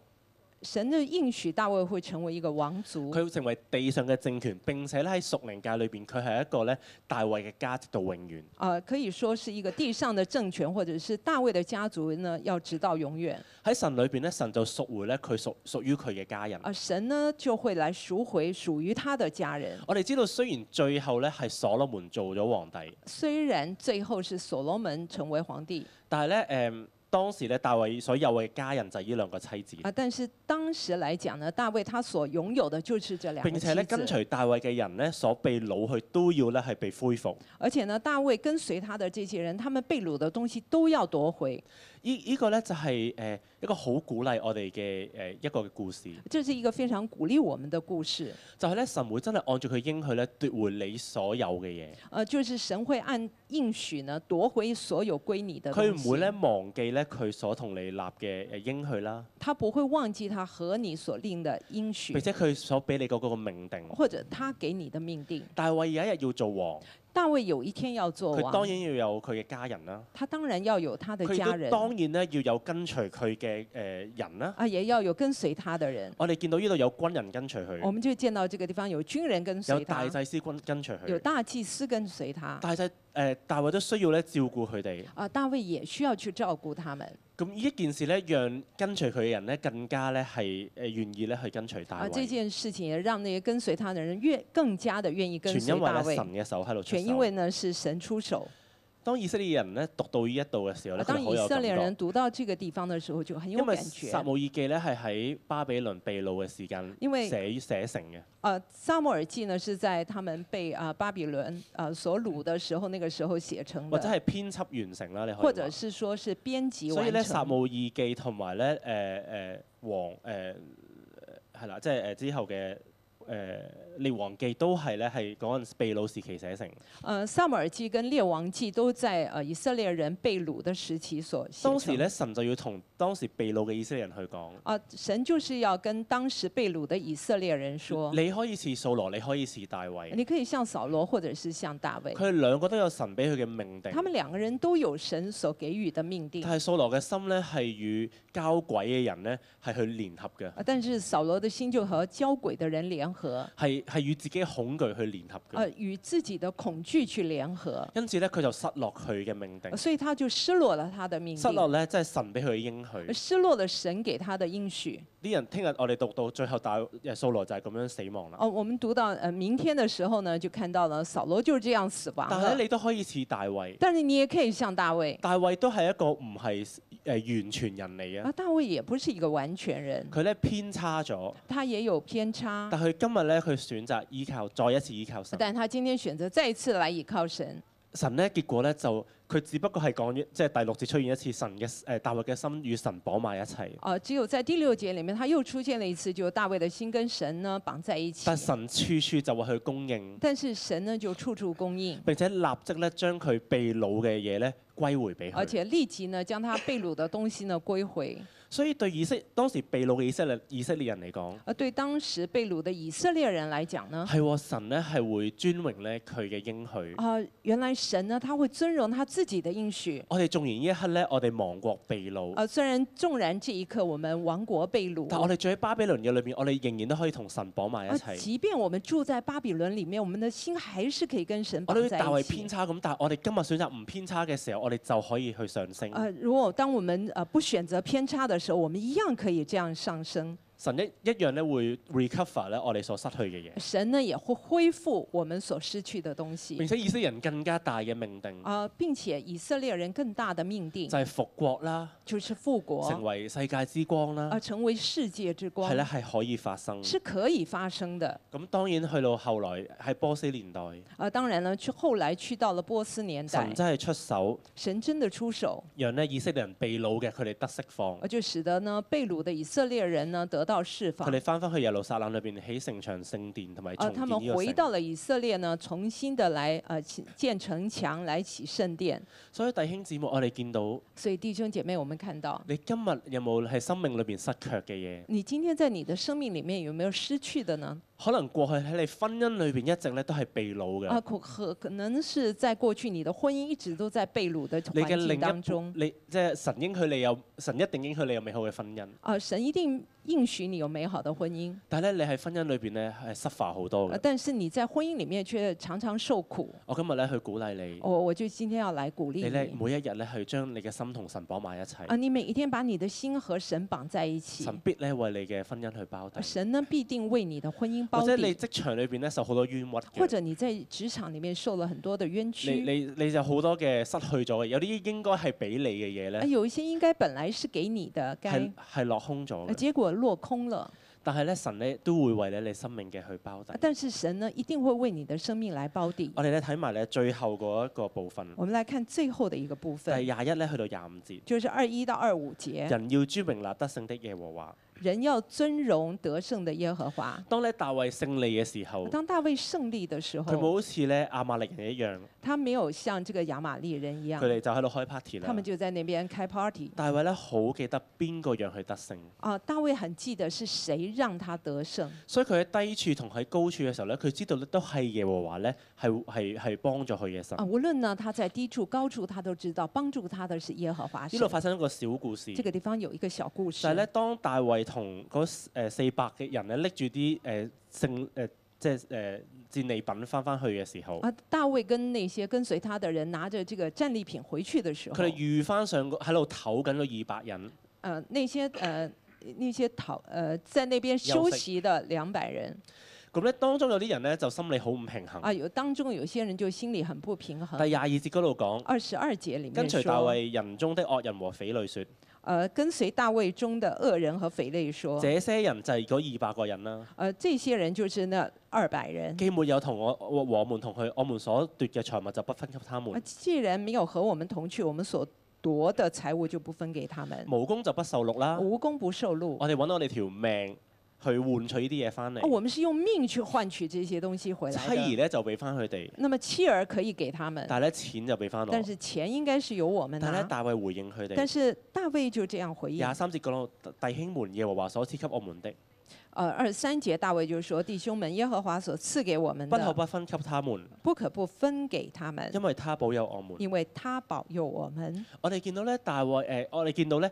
神的应许大卫会成为一个王族，佢成為地上嘅政權，並且咧喺屬靈界裏邊，佢係一個咧大衛嘅家直到永遠。呃，可以说是一个地上的政权，或者是大卫的家族呢，要直到永远。喺神裏邊咧，神就贖回咧佢屬屬於佢嘅家人。而呃神呢就会来赎回属于他的家人。我哋知道，雖然最後咧係所羅門做咗皇帝，虽然最后是所罗门成为皇帝，但係咧誒當時咧，大衛所有嘅家人就係呢兩個妻子，啊，但是当时来讲呢，大卫他所拥有的就是这两个並且咧妻跟子，隨大衛嘅人咧所被擄去都要咧係被恢復。而且呢，大卫跟随他的这些人，他们被掳的东西都要夺回，依依個咧就係誒一個好鼓勵我哋嘅誒一個嘅故事，这是一个非常鼓励我们的故事。就係咧神會真係按住佢應許咧奪回你所有嘅嘢，呃，就是神会按应许呢夺回所有归你的佢东西唔會咧忘記咧佢所同你立嘅誒應許啦，他不會忘记他和你所定的应许並，且佢所俾你嗰個命定。或者他给你的命定。大衛有一日要做王，大卫有一天要做佢王，當然要有佢嘅家人啦，他當然要有他的佢亦家都人當然咧要有跟隨佢嘅誒人啦。啊，也要有跟隨他的人。我哋見到呢度有軍人跟隨我佢，們就見到這個地方有軍人跟有隨大他，祭司軍跟隨有佢，大祭司跟隨他。大祭誒、大衛都需要咧照顧佢哋。啊，大衛也需要去照顧他們咁呢一件事咧，讓跟隨佢嘅人咧更加咧係誒願意咧去跟隨大啊！這衛，件事情也讓那些跟隨他的人越更加的願意跟全因隨為大咧神衛，嘅手喺度出全因為手。呢是神出手。當以色列人咧讀到呢一度嘅時候啊咧，佢當哋好以有色感列人覺，讀到這個地方的時候，就很有因為感撒覺。母耳記咧係喺巴比倫被擄嘅時間因為寫寫成嘅，呃，撒母耳記呢是在他們被啊、巴比倫呃所掳的時候，那個時候寫成或者的，係編輯完成啦，你可或以者話。是說是編輯啊所以完咧，成。撒母耳記同埋咧誒誒王誒係啦，即係誒呃之後嘅誒列王記都係咧係嗰陣被擄時期寫成。呃，撒母耳記跟列王記都在呃以色列人被掳的時期所寫當成。時咧，神就要同當時被擄嘅以色列人去講。啊，神就是要跟当時被掳的以色列人說，你可以似掃羅，你可以似大衛，你可以像掃羅或者是像大衛，佢哋兩個都有神俾佢嘅命定。他們兩個人都有神所給予的命定。但係掃羅嘅心咧係與交鬼嘅人咧係去聯合嘅，啊，但是掃羅的心就和交鬼的人聯合，係係與自己嘅恐懼去聯合呃嘅，，與自己的恐懼去聯合，因此咧佢就失落佢嘅命定，所以他就失落了他的命失落定，咧即係神俾佢嘅應許而。失落了神給他的應許。啲人聽日我哋讀到最後大誒掃羅就係咁樣死亡啦。哦，我們讀到呃明天的時候呢，就看到了掃羅就是這樣死亡但係了咧，。你都可以似大衛，但是你也可以像大衛大衛都係一個唔係誒完全人嚟啊，嘅，大衛也不是一個完全人，佢咧偏差咗，他也有偏差但，佢今日咧佢選擇依靠，再一次依靠神。但他今天選擇再一次來倚靠神。神咧結果咧就佢只不過係講一即係第六節出現一次神嘅誒大衛嘅心與神綁埋一齊，啊，只有在第六節裡面，他又出現了一次，就是大衛的心跟神呢綁在一起但。神處處就為佢供應，但是神呢就處處供應，並且立即咧將佢被擄嘅嘢咧歸回俾而佢。且立即呢將他被掳的東西呢歸回。所以對以色當時被擄嘅以色列以色列人嚟講，而對當時被掳的以色列人來講呢，係喎神咧係會尊榮咧佢嘅應許。啊、原來神呢他會尊榮他自己的應許。我哋縱然呢一刻咧，我哋亡國被擄，啊，雖然縱然這一刻我們亡國被擄，但我哋住喺巴比倫嘅裏面，我哋仍然都可以同神綁埋啊一，齊。即便我們住在巴比倫裡面，我們的心還是可以跟神我哋綁會大在一為起偏。差咁，但係我哋今日選擇唔偏差嘅時候，我哋就可以去上升。呃，如果当我们呃不選擇偏差的時候，我們一樣可以这樣上升。神一一樣咧會 recover 咧我哋所失去嘅嘢，神呢也會恢復我們所失去的東並西。且以色列人更加大嘅命定啊、並且以色列人更大的命定就係復國啦，就是復國，成為世界之光啊、啦，成為世界之光係，咧係可以發生。是可以發生的。咁當然去到後來喺波斯年代，啊、當然了，去後來去到了波斯年代神，真係出手，神真的出手，讓咧以色列人被擄嘅佢哋得釋放啊、，就使得呢被擄的以色列人呢得到釋放佢。哋翻返去耶路撒冷裏邊起城牆、聖殿同埋呃，重他建們呢個回到城。了以色列呢，重新的来呃起建城墙，来起圣殿。所以弟兄姊妹，我哋見到所以弟兄姐妹，我們看到，你今日有冇係生命裏邊失卻嘅嘢？你今天在你的生命里面有没有失去的呢？可能過去喺你婚姻裏邊一直咧都係被擄嘅啊，。可可可能是在过去你的婚姻一直都在被掳的你嘅环另境一半当中，你即係神應許你有神一定應許你有美好嘅婚姻，啊，神一定应许你有美好的婚姻，但係咧你喺婚姻裏邊咧係 suffer 好多呃嘅。但是你在婚姻里面却常常受苦。哦我今日咧去鼓勵你，我我就今天要来鼓励你咧你每一日咧去將你嘅心同神綁埋一齊，啊，你每一天把你的心和神绑在一起，呃神必咧為你嘅婚姻去包底。神呢必定为你的婚姻或包者你底，職場裏邊咧受好多冤屈嘅或者你在职场里面受了很多的冤你屈，你你就好多嘅失去咗嘅，有啲應該係俾你嘅嘢啊，咧，有一些应该本来是给你的，该係係落空咗嘅。呃结果落空了。但係咧，神咧都會為你你生命嘅去包底啊。但是神呢一定会为你的生命来包底。我哋咧睇埋咧最後嗰一個部分，我们来看最后的一个部第分，廿一咧去到廿五節，就是二一到二五节，人要尊榮立德勝的耶和華。人要尊荣得胜的耶和华。當咧大衛勝利嘅時候，当大卫胜利的时佢冇候，好似咧亞瑪力人一樣，他沒有像这个亚玛利人一样佢，哋就喺度開 party 他啦们。就在那边开 party。大衛咧好記得邊個讓佢得勝，啊，大卫很记得是谁让他得勝，所以佢喺低處同喺高處嘅時候咧，佢知道咧都係耶和華咧係係係幫助佢嘅神啊，。无论呢他在低处高处，他都知道帮助他的是耶和华呢神度。發生一個小故事，这就个地方有一个小故事係，咧，當大衛同嗰誒四百嘅人咧拎住啲誒勝誒即係誒戰利品翻翻去嘅時候，啊，大衛跟那些跟隨他的人拿着这个戰利品回去的時候佢，哋遇翻上個喺度唞緊嗰二百人，呃，那些呃那些逃呃在那邊休休息息的两百人咁咧當中有啲人咧就心理好唔平衡。啊，有當中有些人就心里很不平第衡。廿二節嗰度講，二十二節里跟面隨大說，衛人中的惡人和匪類說，呃，跟隨大衛中的惡人和匪類說，這些人就係嗰二百個人啦，呃，這些人就是那二百人。既沒有同我和我們同去，我們所奪嘅財物就不分給他啊，們，既然没有和我们同去，我们所夺的财物就不分给他们，無功就不受禄啦。无功不受禄。我哋揾我哋條命去換取呢啲嘢翻啊嚟。我们是用命去换取这些东西回来妻兒的。咧就俾翻佢哋，那么妻儿可以给他们，但係咧錢就俾翻我。但是錢應該是由我们但係咧，拿。大衛回應佢啊但哋。是大衛就這樣回應廿，三節講到弟兄們，耶和華所賜給我們的，呃，二十三節大衛就说：“弟兄们，耶和華所賜給我们不可的，不分給他們，不可不分給他们，因為他保佑我們。因為他保佑我们。我哋見到咧，大衛誒、呃我哋見到咧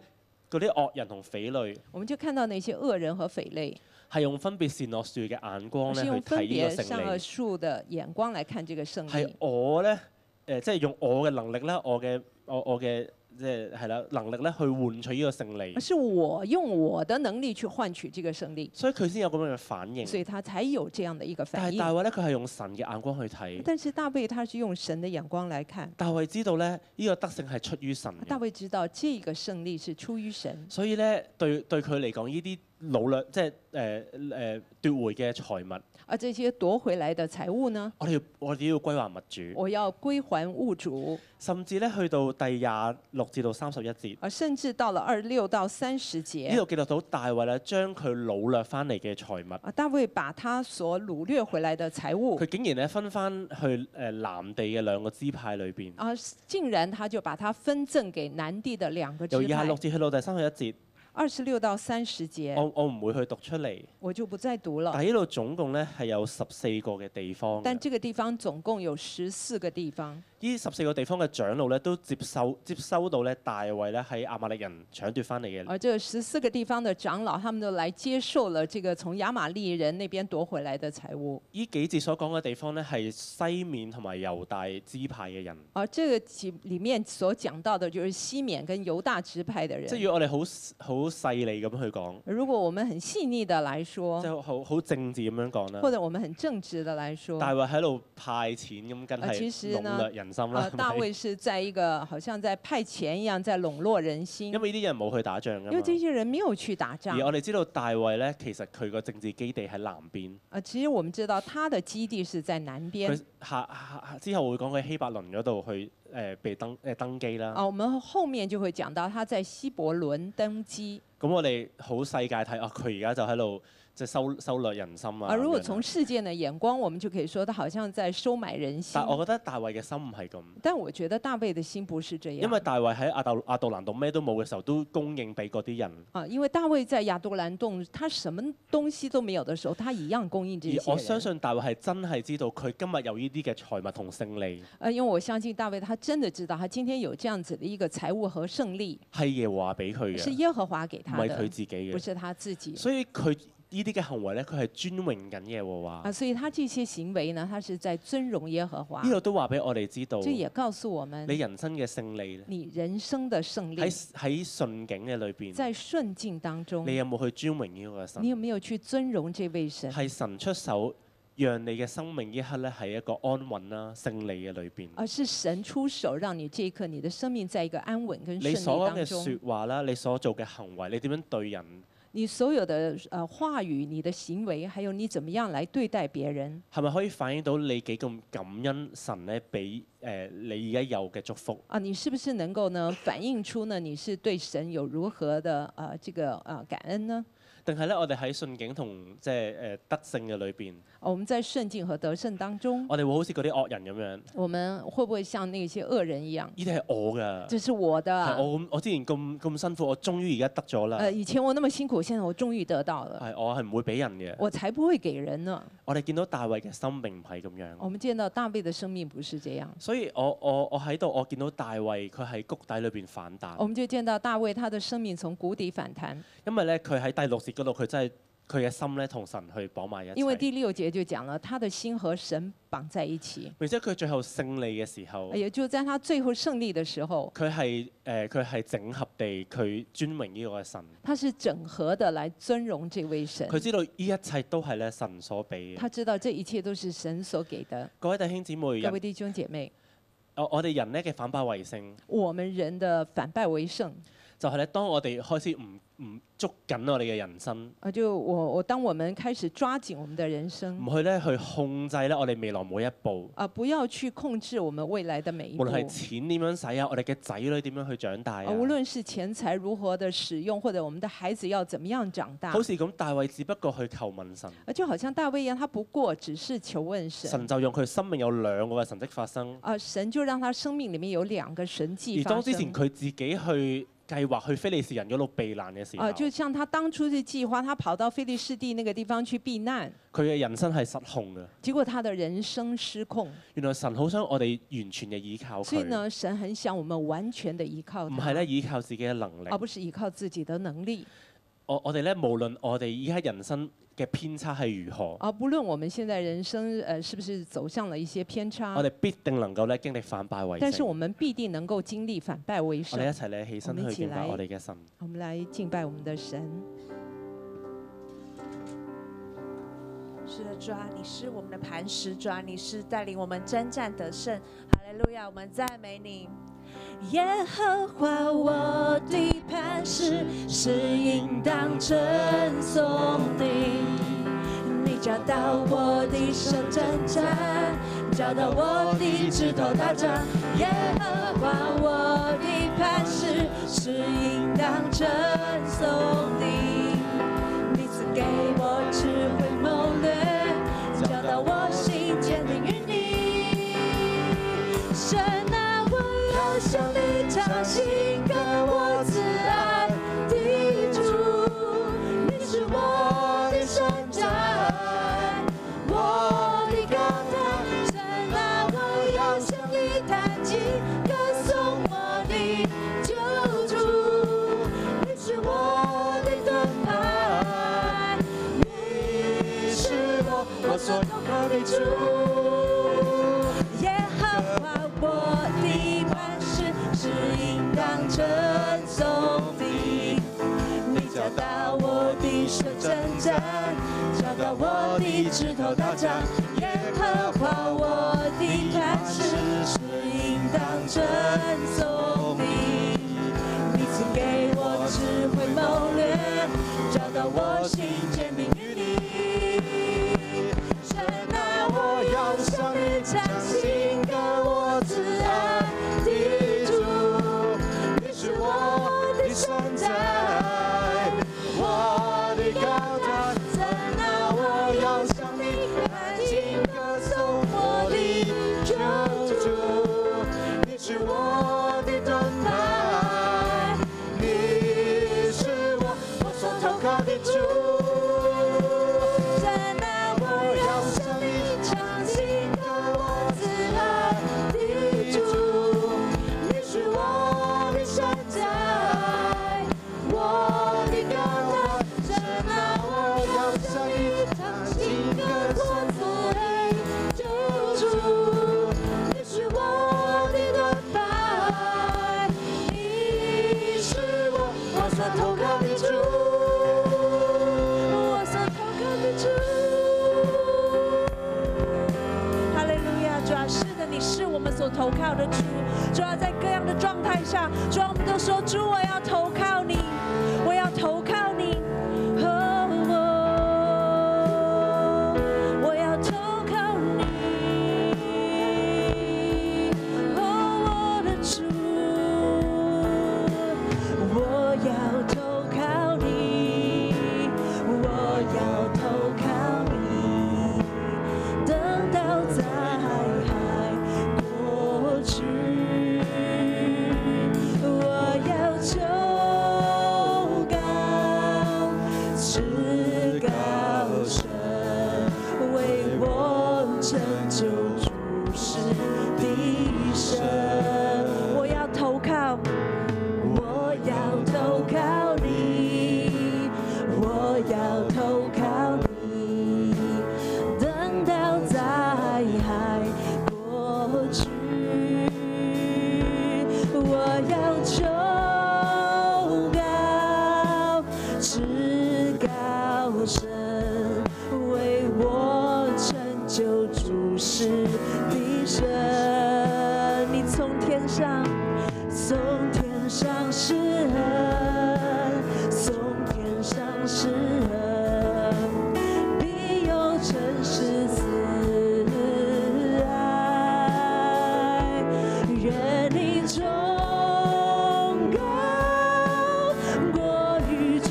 嗰啲惡人同匪類”我們就看到那些惡人和匪類，係用分別善惡樹嘅眼光咧是去用分睇呢別個善勝惡利，樹的眼光來看這個勝係利。我咧誒、呃即係用我嘅能力啦，我嘅我我嘅即係係啦能力咧去換取呢個勝利而，是我用我的能力去換取這個勝利，所以佢先有咁樣嘅反應。所以他才有這樣的一個但反係大應。衛咧，佢係用神嘅眼光去睇。但是大衛他是用神的眼光來看，大衛知道咧，呢、個德性係出於神嘅大衛知道這個勝利是出於神，所以咧對對佢嚟講，呢啲努力即係誒誒奪回嘅財物，而這些奪回來的財物呢，我哋要我哋要歸還物主，我要歸還物主。甚至咧去到第廿六至到三十一節，而甚至到了二六到三十呢節，度記錄到大衛咧將佢掳掠翻嚟嘅財物，啊，大衛把他所掳掠回來的財物佢，竟然咧分翻去誒南地嘅兩個支派裏邊，啊，竟然他就把它分贈給南地的兩個由支廿派六。節去到第三十一節，二十六到三十節，我我唔會去讀出嚟，我就不再讀但了。係呢度總共咧係有十四個嘅地方嘅。Oh 但這個地方總共有十四個地方。呢十四個地方嘅長老咧都接受接收到咧大衛咧喺亞瑪力人搶奪翻嚟嘅而这十四个地方的长老，他们都来接受了这个从亚玛利人那边夺回来的财物。呢幾節所講嘅地方咧係西面同埋猶大支派嘅人，而这个其里面所讲到的，就是西缅跟犹大支派的即係人。如果我哋好好細膩咁去講，如果我们很细腻的来即说，係好好政治咁樣講或啦。者我们很正直的来说，大衛喺度派錢咁，梗啊其係實呢籠掠人心啦 呃，。大係咪卫是在一個好像在派遣一樣，在籠络人心，因為呢啲人冇去打仗㗎因為這嘛。些人沒有去打仗而。我哋知道大衛咧，其實佢個政治基地喺南邊，呃，其實我們知道他的基地是在南邊佢。下下下之後會講佢希伯倫嗰度去誒、呃被登誒、呃登基啦。啊，我們後面就會講到他在希伯倫登基。咁我哋好世界睇啊，佢而家就喺度即係收收掠人心啊。啊，如果咁樣啦從世界的眼光，我們就可以說他好像在收買人心但。我覺得大衛嘅心唔係咁，但我覺得大衛的心不是這因樣。為大衛喺亞杜亞杜蘭洞咩都冇嘅時候，都供應俾嗰啲人。啊，因為大衛在亞杜蘭洞，他什麼東西都沒有的時候，他一樣供應這些而我相人。信大衛係真係知道佢今日有呢啲嘅財物同勝利，呃，因为我相信大卫他真的知道，他今天有这样子的一个财务和胜利，係耶和華俾佢是嘅，耶和华给唔他係佢的啊自，己不嘅。是他自己所以佢呢啲嘅行為咧，佢係尊榮緊耶和華啊。。所以他这些行为呢，他是在尊荣耶和华呢。度都話俾我哋知道，这你也告诉我们，人生嘅勝利咧，你人生的胜利喺喺順境嘅裏邊，在顺境当中，你有冇去尊榮呢個你神？有没有去尊荣这位神？係神出手，讓你嘅生命呢一刻咧喺一個安穩啦、勝利嘅裏邊。而是神出手，让你这一刻你的生命在一个安稳跟顺你利所講嘅当中。説話啦，你所做嘅行為，你點樣對人，你所有的呃话语、你的行为，还有你怎么样来对待别人，係咪可以反映到你幾咁感恩神咧俾誒你而家有嘅祝福？啊，你是不是能够呢反映出呢你是对神有如何的呃这个呃感恩呢？定係咧，我哋喺順境同即係誒德性嘅裏邊，哦我们在顺境和得胜当中，我哋會好似嗰啲惡人咁樣，我们会不会像那些恶人一样？呢啲係我㗎，这是我的啊係，我咁我之前咁咁辛苦，我終於而家得咗啦，呃，以前我那么辛苦，现在我终于得到了，係我係唔會俾人嘅。呃我才不会给人呢。我哋見到大衛嘅心並唔係咁樣，我们见到大卫的生命不是这样，所以我我我喺度，我見到大衛佢喺谷底裏邊反我彈，们就见到大卫他的生命從谷底反彈，因為咧佢喺第六節嗰度，佢真係佢嘅心咧同神去綁埋一因為齊。第六节就講了他的心和神綁在一起，然之後佢最後勝利嘅時候，也就在他最後勝利的時候，佢係誒佢係整合地佢尊榮呢個神，他是整合的来尊榮这位神，佢知道呢一切都係咧神所俾嘅。呃他知道這一切都是神所給的。各位弟兄姊妹，各人位弟兄姐妹，我我哋人咧嘅反敗為勝，我們人的反敗為勝，就係、呢咧當我哋開始唔唔捉緊我哋嘅人生，啊，就我我當我們開始抓緊我們的人生，唔去咧去控制咧我哋未來每一步，啊，不要去控制我們未來的每一無步。論係錢點樣使啊，我哋嘅仔女點樣去長大啊啊。無論是錢財如何的使用，或者我們的孩子要怎麼樣長大好，似咁，大衛只不過去求問神，啊，就好像大衛一樣，他不過只是求問神，神就用佢生命有兩個嘅神跡發生。啊，神就讓他生命裡面有兩個神而迹發當之前生。佢自己去計劃去非利士人嗰度避難嘅時候，啊，就像他當初的計劃，他跑到菲利士地那個地方去避難，佢嘅人生係失控嘅。結果他的人生失控。原來神好想我哋完全嘅依靠所以佢，呢，神很想我們完全的依靠唔他，係咧依靠自己嘅能力而。不是依靠自己的能力。我我哋咧無論我哋依家人生嘅偏差係如何，啊，不論我們現在人生呃是不是走向了一些偏差我，哋必定能夠咧經歷反敗為但是我勝。們必定能夠經歷反敗為我哋一勝。齊咧起身我們去一起敬拜來我哋嘅神。我們來敬拜我們的神。是的，主啊，你是我们的磐石，主啊，你是带领我们征战得胜。哈利路亚，我们赞美你。耶和华我的磐石，是应当称颂的。你教导我的手征战，教导我的指头打仗。耶和华我的磐石，是应当称颂的。你赐给我智慧谋略，教导我心坚定于你。神啊，我要向你唱新歌，我慈爱的主，你是我的山寨，我的高台。神啊，我要向你弹琴，歌颂我的救主，你是我的盾牌，你是我我所投靠的主。耶和华我的磐石是应当称颂的，你教导我的手征战，教导我的指头打仗。耶和华我的磐石是应当称颂的。你赐给我智慧谋略，找到我心坚定于你。神啊，我要向你唱新歌，我慈爱的主，你是我的山寨，我的高台。神啊，我要向你弹琴歌颂我的救主，你是我的盾啊我们所投靠的主。主要在各样的状态下，主啊要我们都说主，我要投靠你，我要投靠你。哦哦我要投靠你，哦，我的主，我要投靠你，我要投靠你，等到灾害过去，我要求告，至高神为我成就主事的神，我要投靠。我要投靠你，我要投靠你，等到灾害过去，我要求告至高神为我成就主事的神，你从天上。送天上诗恩，送天上诗恩，必有真实慈爱。愿你崇高过于诸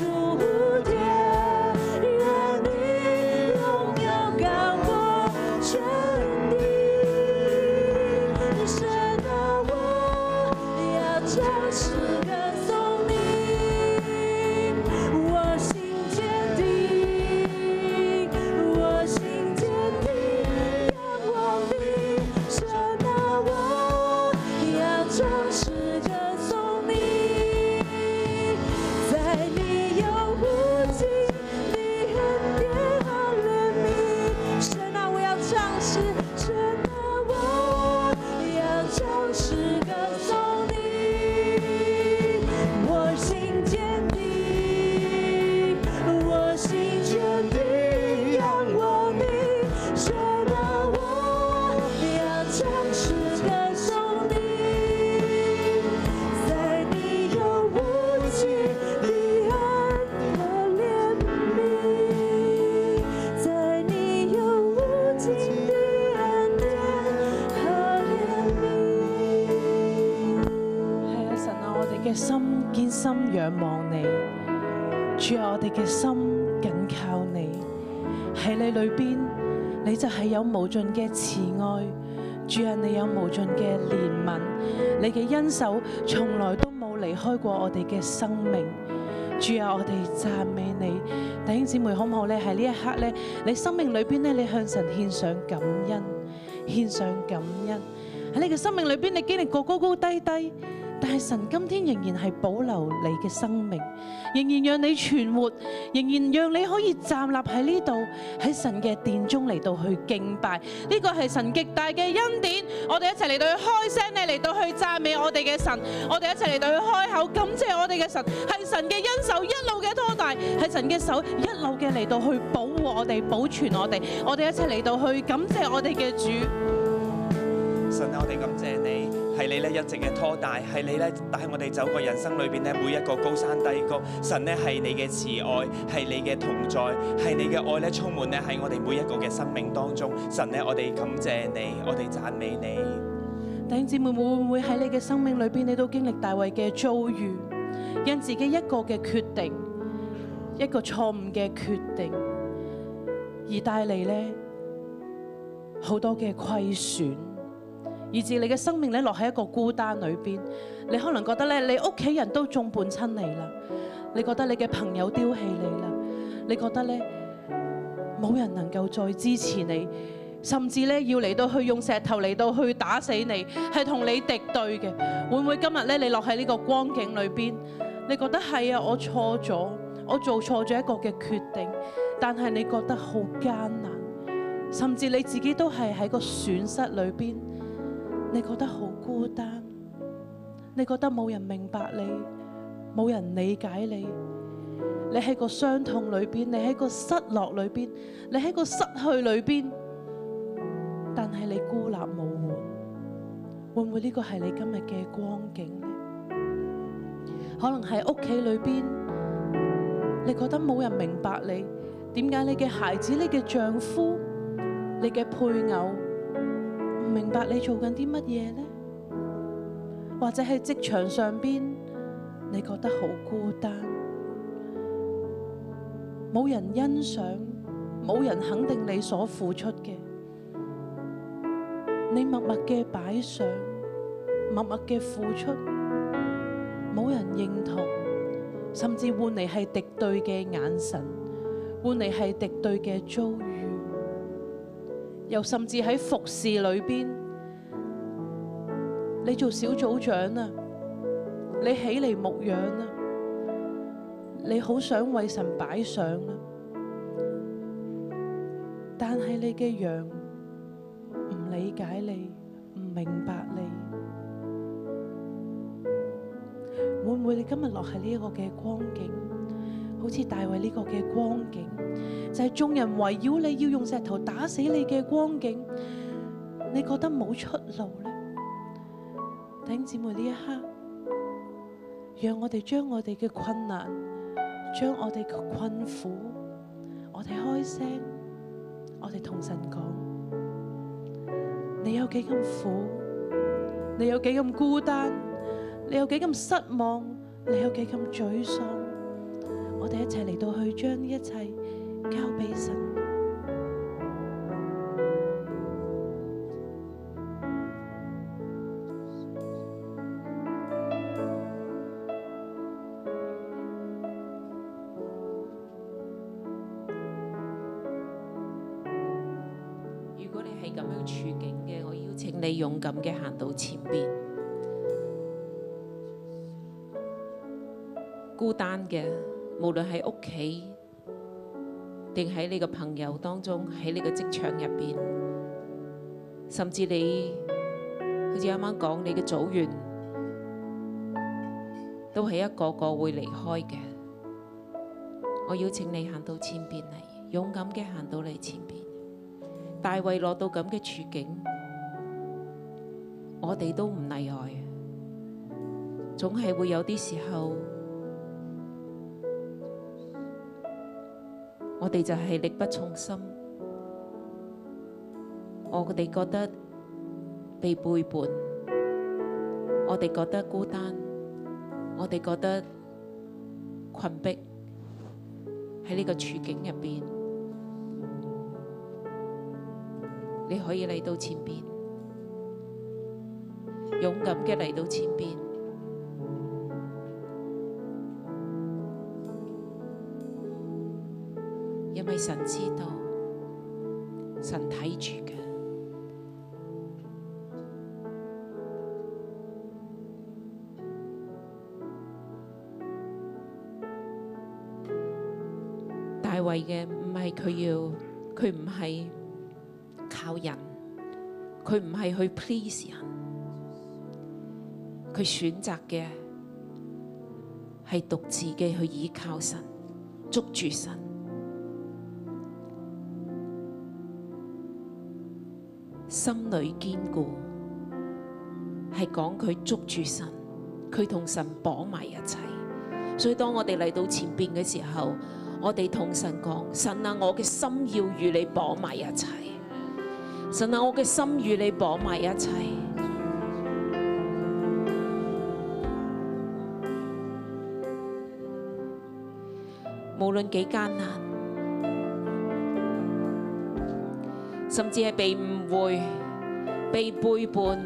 天，愿你荣耀高过全地，神啊，我要诚实跟从你，我心坚定，我心坚定，仰望你，神啊，我要诚实跟从你，在你有无尽的恩典和怜悯，神啊，我要唱诗，神啊，我要唱诗歌颂你，我心坚定，我心坚定，仰望你，神啊，我要唱诗歌颂你。在你有无尽的爱和怜悯，在你有无尽的恩典和怜悯。系啊，神啊，我哋嘅心坚心仰望你，主啊，我哋嘅心紧靠你，喺你裏邊，你就係有無盡嘅慈愛，主啊，你有無盡嘅憐憫，你嘅恩手從來都冇離開過我哋嘅生命。主啊，我哋讚美你，弟兄姊妹好唔好咧？喺呢一刻咧，你生命裏邊咧，你向神獻上感恩，獻上感恩。喺你嘅生命裏邊，你經歷過高高低低，但係神今天仍然係保留你嘅生命，仍然讓你存活，仍然讓你可以站立喺呢度，喺神嘅殿中嚟到去敬拜。呢個係神極大嘅恩典，我哋一齊嚟到去開聲咧，嚟到去讚美我哋嘅神，我哋一齊嚟到去開口感謝我哋嘅神，係神嘅恩手一路嘅拖大，係神嘅手一路嘅嚟到去保護我哋、保存我哋，我哋一齊嚟到去感謝我哋嘅主。神啊，我哋感謝你，係你咧一直嘅拖帶，係你咧帶我哋走過人生裏邊咧每一個高山低谷。神咧係你嘅慈愛，係你嘅同在，係你嘅愛咧充滿咧喺我哋每一個嘅生命當中。神咧，我哋感謝你，我哋讚美你。弟兄姊妹會唔會喺你嘅生命裏邊，你都經歷大衛嘅遭遇，因自己一個嘅決定，一個錯誤嘅決定，而帶嚟呢好多嘅虧損，以致你嘅生命咧落喺一個孤單裏邊。你可能覺得咧，你屋企人都眾叛親離啦，你覺得你嘅朋友丟棄你啦，你覺得咧冇人能夠再支持你。甚至咧要嚟到去用石頭嚟到去打死你，係同你敵對嘅。會唔會今日咧你落喺呢個光景裏邊，你覺得係啊，我錯咗，我做錯咗一個嘅決定，但係你覺得好艱難，甚至你自己都係喺個損失裏邊，你覺得好孤單，你覺得冇人明白你，冇人理解你。你喺個傷痛裏邊，你喺個失落裏邊，你喺個失去裏邊。但係你孤立無援，會唔會呢個係你今日嘅光景呢？可能喺屋企裏邊，你覺得冇人明白你，點解你嘅孩子、你嘅丈夫、你嘅配偶唔明白你做緊啲乜嘢呢？或者喺職場上邊，你覺得好孤單，冇人欣賞，冇人肯定你所付出嘅。你默默嘅擺上，默默嘅付出，冇人認同，甚至換嚟係敵對嘅眼神，換嚟係敵對嘅遭遇，又甚至喺服侍裏邊，你做小組長啊，你起嚟牧養啊，你好想為神擺上啊，但係你嘅羊。唔理解你，唔明白你，會唔會你今日落喺呢一個嘅光景，好似大衛呢個嘅光景，就係、眾人圍繞你要用石頭打死你嘅光景，你覺得冇出路呢？弟兄姊妹呢一刻，讓我哋將我哋嘅困難，將我哋嘅困苦，我哋開聲，我哋同神講。你有幾咁苦，你有幾咁孤單，你有幾咁失望，你有幾咁沮喪，我哋一齊嚟到去將呢一切交俾神。如果你係咁樣處境嘅，我邀請你勇敢嘅行到前邊。孤單嘅，無論喺屋企定喺你嘅朋友當中，喺你嘅職場入邊，甚至你好似啱啱講你嘅組員，都係一個個會離開嘅。我邀請你行到前邊嚟，勇敢嘅行到你前邊。大衛落到咁嘅處境，我哋都唔例外，總係會有啲時候，我哋就係力不從心，我哋覺得被背叛，我哋覺得孤單，我哋覺得困迫，喺呢個處境入邊。你可以嚟到前邊，勇敢嘅嚟到前邊。因為神知道，神睇住嘅。大衛嘅唔係佢要，佢唔係靠人，佢唔係去 please 人，佢選擇嘅係獨自嘅去倚靠神，捉住神。心裏堅固，係講佢捉住神，佢同神綁埋一齊。所以當我哋嚟到前邊嘅時候，我哋同神講：神啊，我嘅心要與你綁埋一齊。神啊，我嘅心與你綁埋一齊。無論幾艱難，甚至係被誤會、被背叛，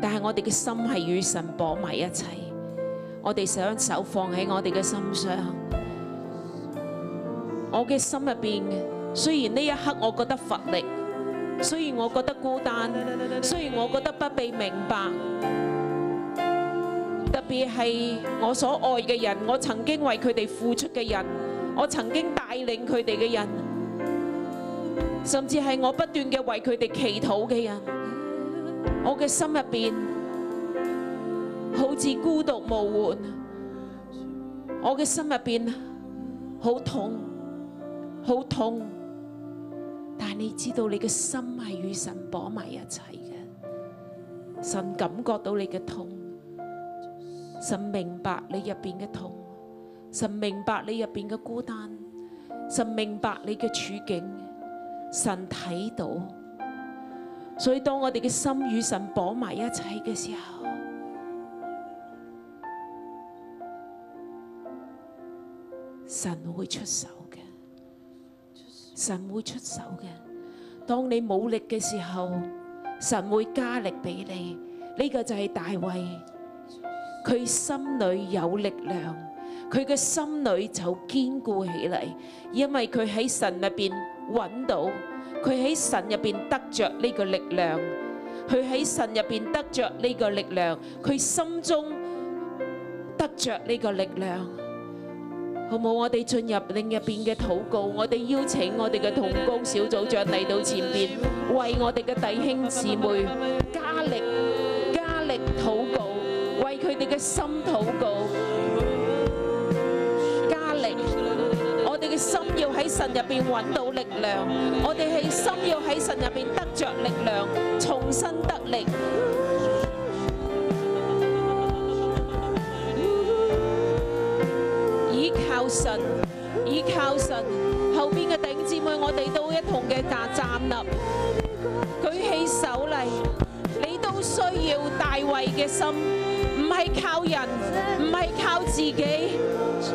但係我哋嘅心係與神綁埋一齊。我哋想手放喺我哋嘅心上，我嘅心入邊。雖然呢一刻我覺得乏力，雖然我覺得孤單，雖然我覺得不被明白，特別係我所愛嘅人，我曾經為佢哋付出嘅人，我曾經帶領佢哋嘅人，甚至係我不斷嘅為佢哋祈禱嘅人，我嘅心入邊好似孤獨無援，我嘅心入邊好痛。好痛，但係你知道你嘅心係與神綁埋一齊嘅，神感覺到你嘅痛，神明白你入邊嘅痛，神明白你入邊嘅孤單，神明白你嘅處境，神睇到。所以當我哋嘅心與神綁埋一齊嘅時候，神會出手嘅，神會出手嘅。當你冇力嘅時候，神會加力俾你。呢、個就係大衛，佢心裏有力量，佢嘅心裏就堅固起嚟，因為佢喺神入邊揾到，佢喺神入邊得着呢個力量，佢喺神入邊得着呢個力量，佢心中得着呢個力量。好冇？我哋進入另一邊嘅禱告，我哋邀請我哋嘅同工小組長嚟到前邊，為我哋嘅弟兄姊妹加力加力禱告，為佢哋嘅心禱告，加力。我哋嘅心要喺神入邊揾到力量，我哋嘅心要喺神入邊得着力量，重新得力。倚靠神，倚靠神。後邊嘅弟兄姊妹，我哋都一同嘅站站立，舉起手嚟。你都需要大衛嘅心，唔係靠人，唔係靠自己，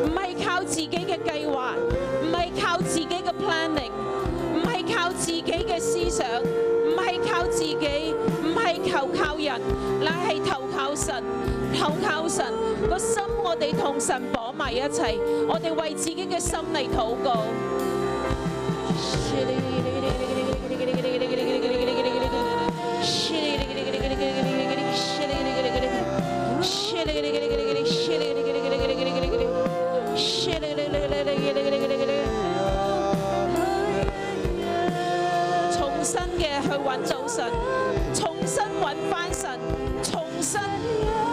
唔係靠自己嘅計劃，唔係靠自己嘅 planning，唔係靠自己嘅思想，唔係靠自己，唔係投靠人，乃係投靠神，投靠神個心，我哋同神綁埋一齊，我哋為自己嘅心嚟禱告。重新嘅去揾到神，重新揾翻神，重新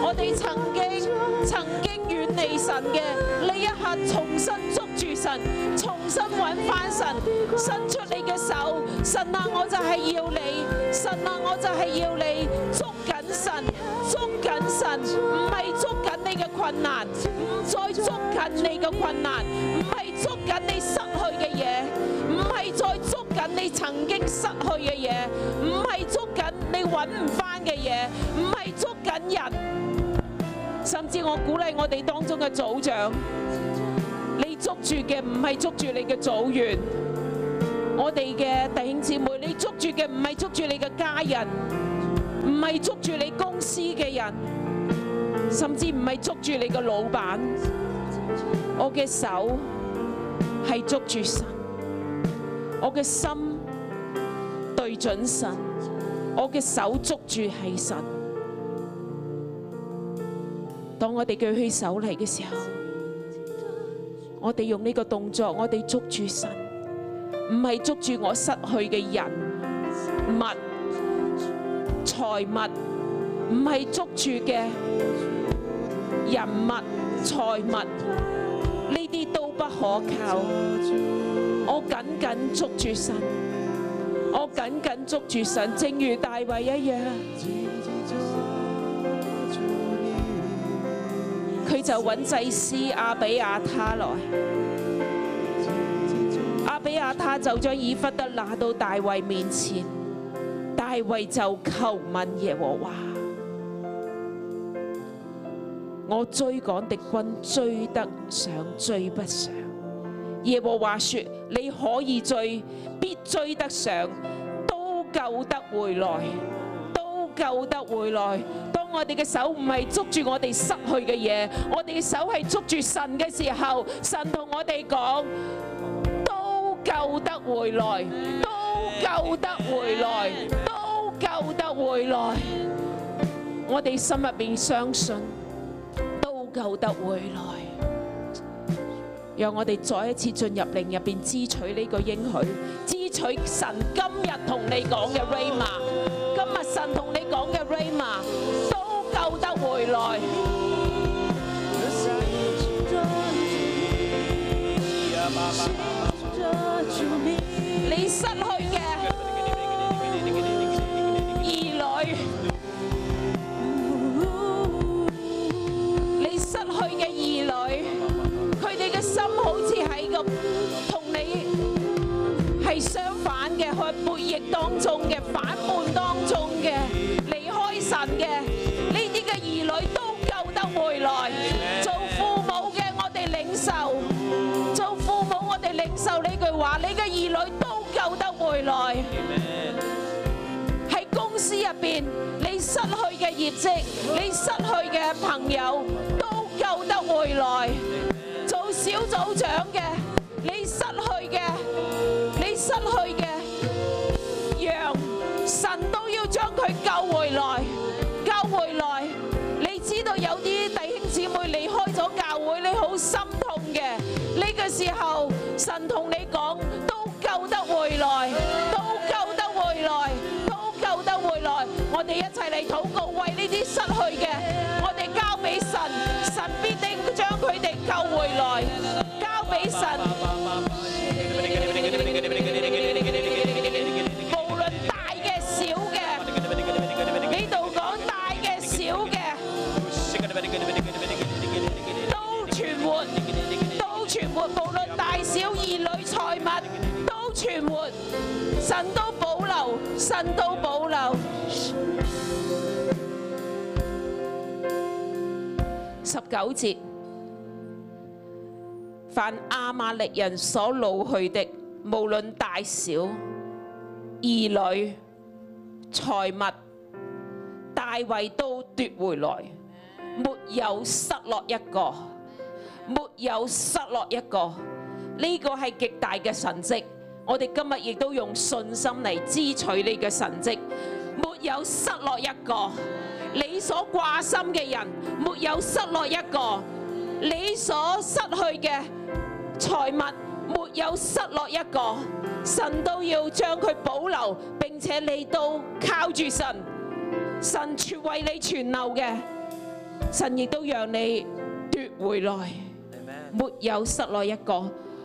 我哋曾經曾經遠離神嘅呢一刻，重新捉住神，重新揾翻神，伸出你嘅手，神啊，我就係要你，神啊，我就係要你捉緊神，捉緊神，唔係捉緊你嘅困難，唔再捉緊你嘅困難，唔係捉緊你失去嘅嘢。唔係再捉緊你曾經失去嘅嘢，唔係捉緊你揾唔翻嘅嘢，唔係捉緊人，甚至我鼓勵我哋當中嘅組長，你捉住嘅唔係捉住你嘅組員，我哋嘅弟兄姊妹，你捉住嘅唔係捉住你嘅家人，唔係捉住你公司嘅人，甚至唔係捉住你嘅老闆，我嘅手係捉住神。我嘅心對準神，我嘅手捉住係神。當我哋舉起手嚟嘅時候，我哋用呢個動作，我哋捉住神，唔係捉住我失去嘅人、物、財物，唔係捉住嘅人物、財物，呢啲都不可靠。我緊緊捉住神，我緊緊捉住神，正如大衛一樣，佢就揾祭司亞比亞他來，亞比亞他就將以弗得拿到大衛面前，大衛就求問耶和華。我追趕敵軍，追得上，追不上。耶和華說：你可以追，必追得上，都救得回來，都救得回來。當我哋嘅手唔係捉住我哋失去嘅嘢，我哋嘅手係捉住神嘅時候，神同我哋講：都救得回來，都救得回來，都救得回來。我哋心入邊相信，都救得回來。讓我哋再一次進入靈入邊支取呢個應許，支取神今日同你講嘅 rama，今日神同你講嘅 rama 都救得回來。你失去嘅兒女，逆當中嘅、反叛當中嘅、離開神嘅，呢啲嘅兒女都救得回來。做父母嘅，我哋領受；做父母，我哋領受呢句話，你嘅兒女都救得回來。喺公司入邊，你失去嘅業績，你失去嘅朋友，都救得回來。做小組長嘅，你失去嘅，你失去嘅羊，神都要將佢救回來，救回來。你知道有啲弟兄姊妹離開咗教會，你好心痛嘅。呢個時候，神同你講，都救得回來，都救得回來，都救得回來。我哋一齊嚟禱告，為呢啲失去嘅，我哋交俾神，神必定將佢哋救回來，交俾神。無論大嘅小嘅，呢度講大嘅小嘅，都存活，都存活。無論大小兒女財物，都存活。神都保留，神都保留。十九節，凡亞瑪力人所擄去的，無論大小。兒女、財物，大衛都奪回來，沒有失落一個，沒有失落一個。呢個係極大嘅神蹟，我哋今日亦都用信心嚟支取呢個神蹟，沒有失落一個。你所掛心嘅人，沒有失落一個；你所失去嘅財物，沒有失落一個。神都要將佢保留，並且你都靠住神，神全為你存留嘅，神亦都讓你奪回來，沒有失落一個，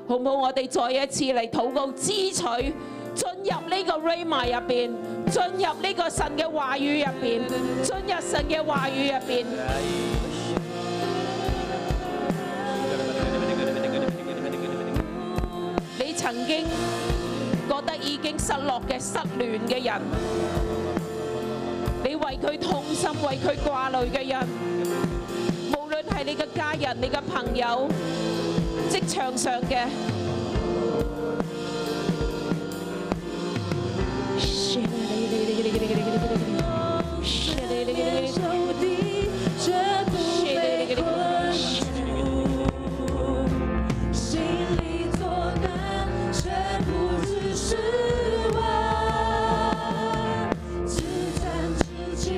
好唔好？我哋再一次嚟禱告支取，進入呢個 rama 入邊，進入呢個神嘅話語入邊，進入神嘅話語入邊。你曾經覺得已經失落嘅、失戀嘅人，你為佢痛心、為佢掛慮嘅人，無論係你嘅家人、你嘅朋友、職場上嘅，受敌，绝不被困住。心里作难，全不只是我。至善至情，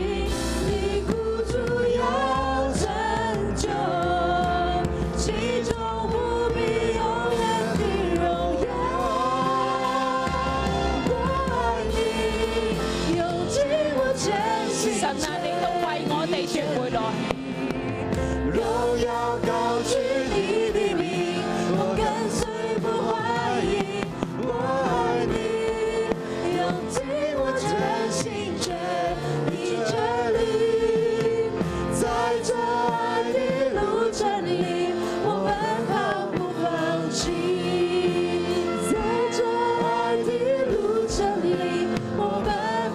你孤独要拯救，其中不必永远的荣耀。我爱你，用尽我全心。神啊，你都為我哋奪回來。荣耀高举你的名，我跟随不怀疑，我爱你，用尽我真心全意全力，在这爱的路程里，我奔跑不放弃，在这爱的路程里，我奔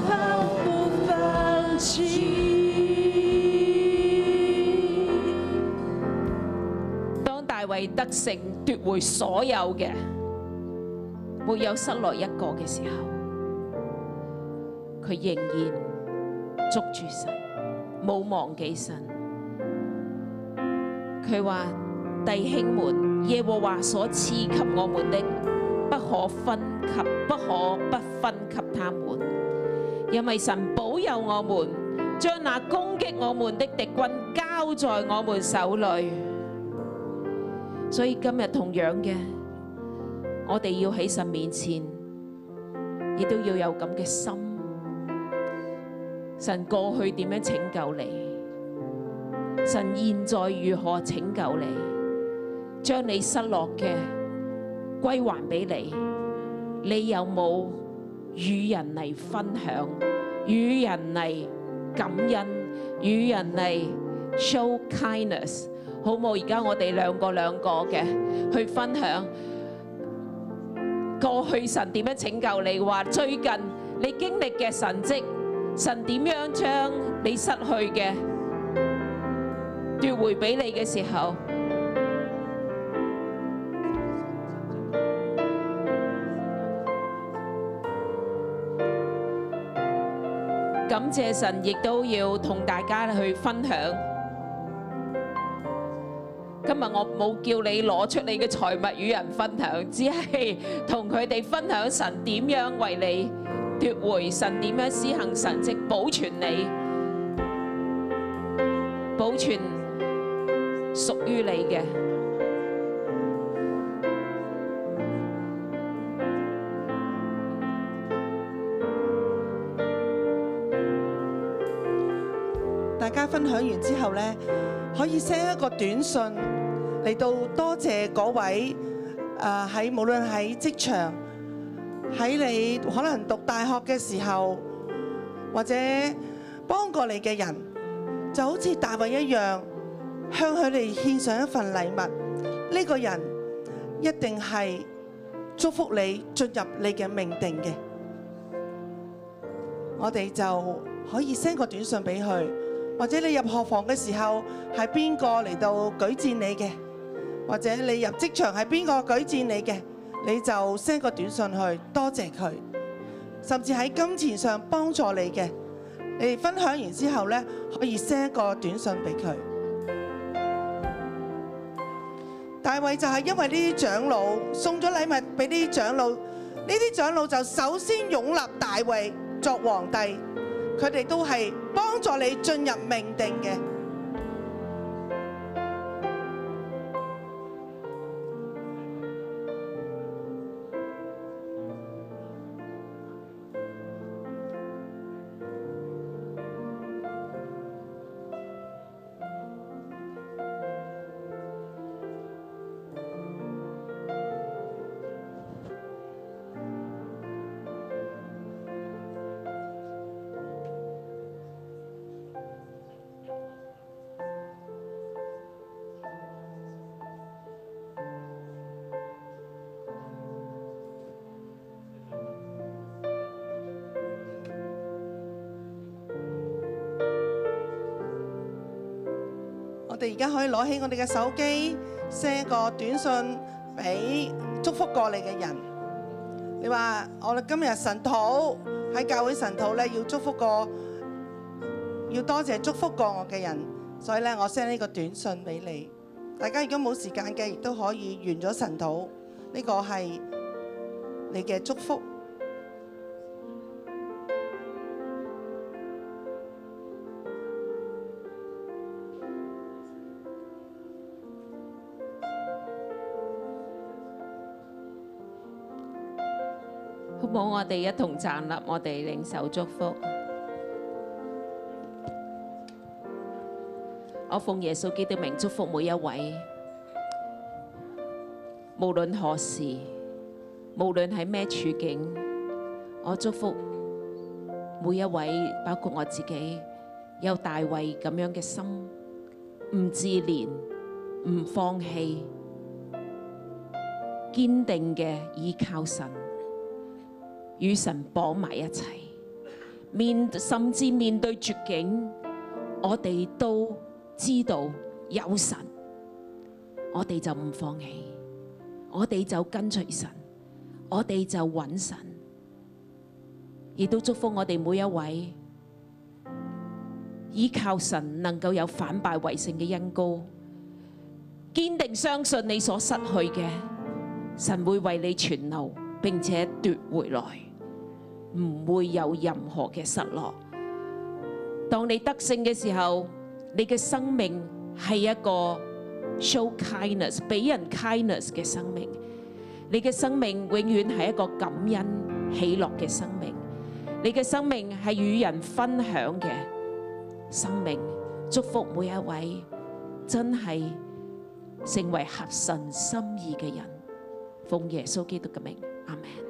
跑不放弃。當大衛得勝奪回所有嘅，沒有失落一個嘅時候，佢仍然捉住神，冇忘記神。佢話：弟兄們，耶和華所賜給我們的，不可分給，不可不分給他們，因為神保佑我們，將那攻擊我們的敵軍交在我們手裏。所以今日同樣嘅，我哋要喺神面前，亦都要有咁嘅心。神過去點樣拯救你？神現在如何拯救你？將你失落嘅歸還俾你，你有冇與人嚟分享？與人嚟感恩？與人嚟 show kindness？好冇？而家我哋兩個兩個嘅去分享過去神點樣拯救你，話最近你經歷嘅神蹟，神點樣將你失去嘅奪回俾你嘅時候，感謝神，亦都要同大家去分享。今日我冇叫你攞出你嘅財物與人分享，只係同佢哋分享神點樣為你奪回，神點樣施行神蹟保存你，保存屬於你嘅。大家分享完之後呢，可以 send 一個短信嚟到多謝嗰位誒喺、無論喺職場，喺你可能讀大學嘅時候，或者幫過你嘅人，就好似大衛一樣，向佢哋獻上一份禮物。呢、個人一定係祝福你進入你嘅命定嘅。我哋就可以 send 個短信俾佢，或者你入學房嘅時候係邊個嚟到舉薦你嘅，或者你入職場係邊個舉薦你嘅，你就 send 個短信去多謝佢，甚至喺金錢上幫助你嘅，你哋分享完之後呢，可以 send 個短信俾佢。大衛就係因為呢啲長老送咗禮物俾呢啲長老，呢啲長老就首先擁立大衛作皇帝，佢哋都係幫助你進入命定嘅。我哋而家可以攞起我哋嘅手機 send 一個短信俾祝福過你嘅人。你話我哋今日神土喺教會神土咧，要祝福過，要多謝祝福過我嘅人，所以咧我 send 呢個短信俾你。大家如果冇時間嘅，亦都可以完咗神土，呢、個係你嘅祝福。好冇？我哋一同站立，我哋領受祝福。我奉耶穌基督名祝福每一位，無論何時，無論喺咩處境，我祝福每一位，包括我自己，有大衛咁樣嘅心，唔自憐，唔放棄，堅定嘅倚靠神。與神綁埋一齊，面甚至面對絕境，我哋都知道有神，我哋就唔放棄，我哋就跟隨神，我哋就揾神，亦都祝福我哋每一位依靠神能夠有反敗為勝嘅恩膏，堅定相信你所失去嘅，神會為你存留，並且奪回來。唔會有任何嘅失落。當你得勝嘅時候，你嘅生命係一個 show kindness 俾人 kindness 嘅生命。你嘅生命永遠係一個感恩喜樂嘅生命。你嘅生命係與人分享嘅生命。祝福每一位真係成為合神心意嘅人。奉耶穌基督嘅名，阿門。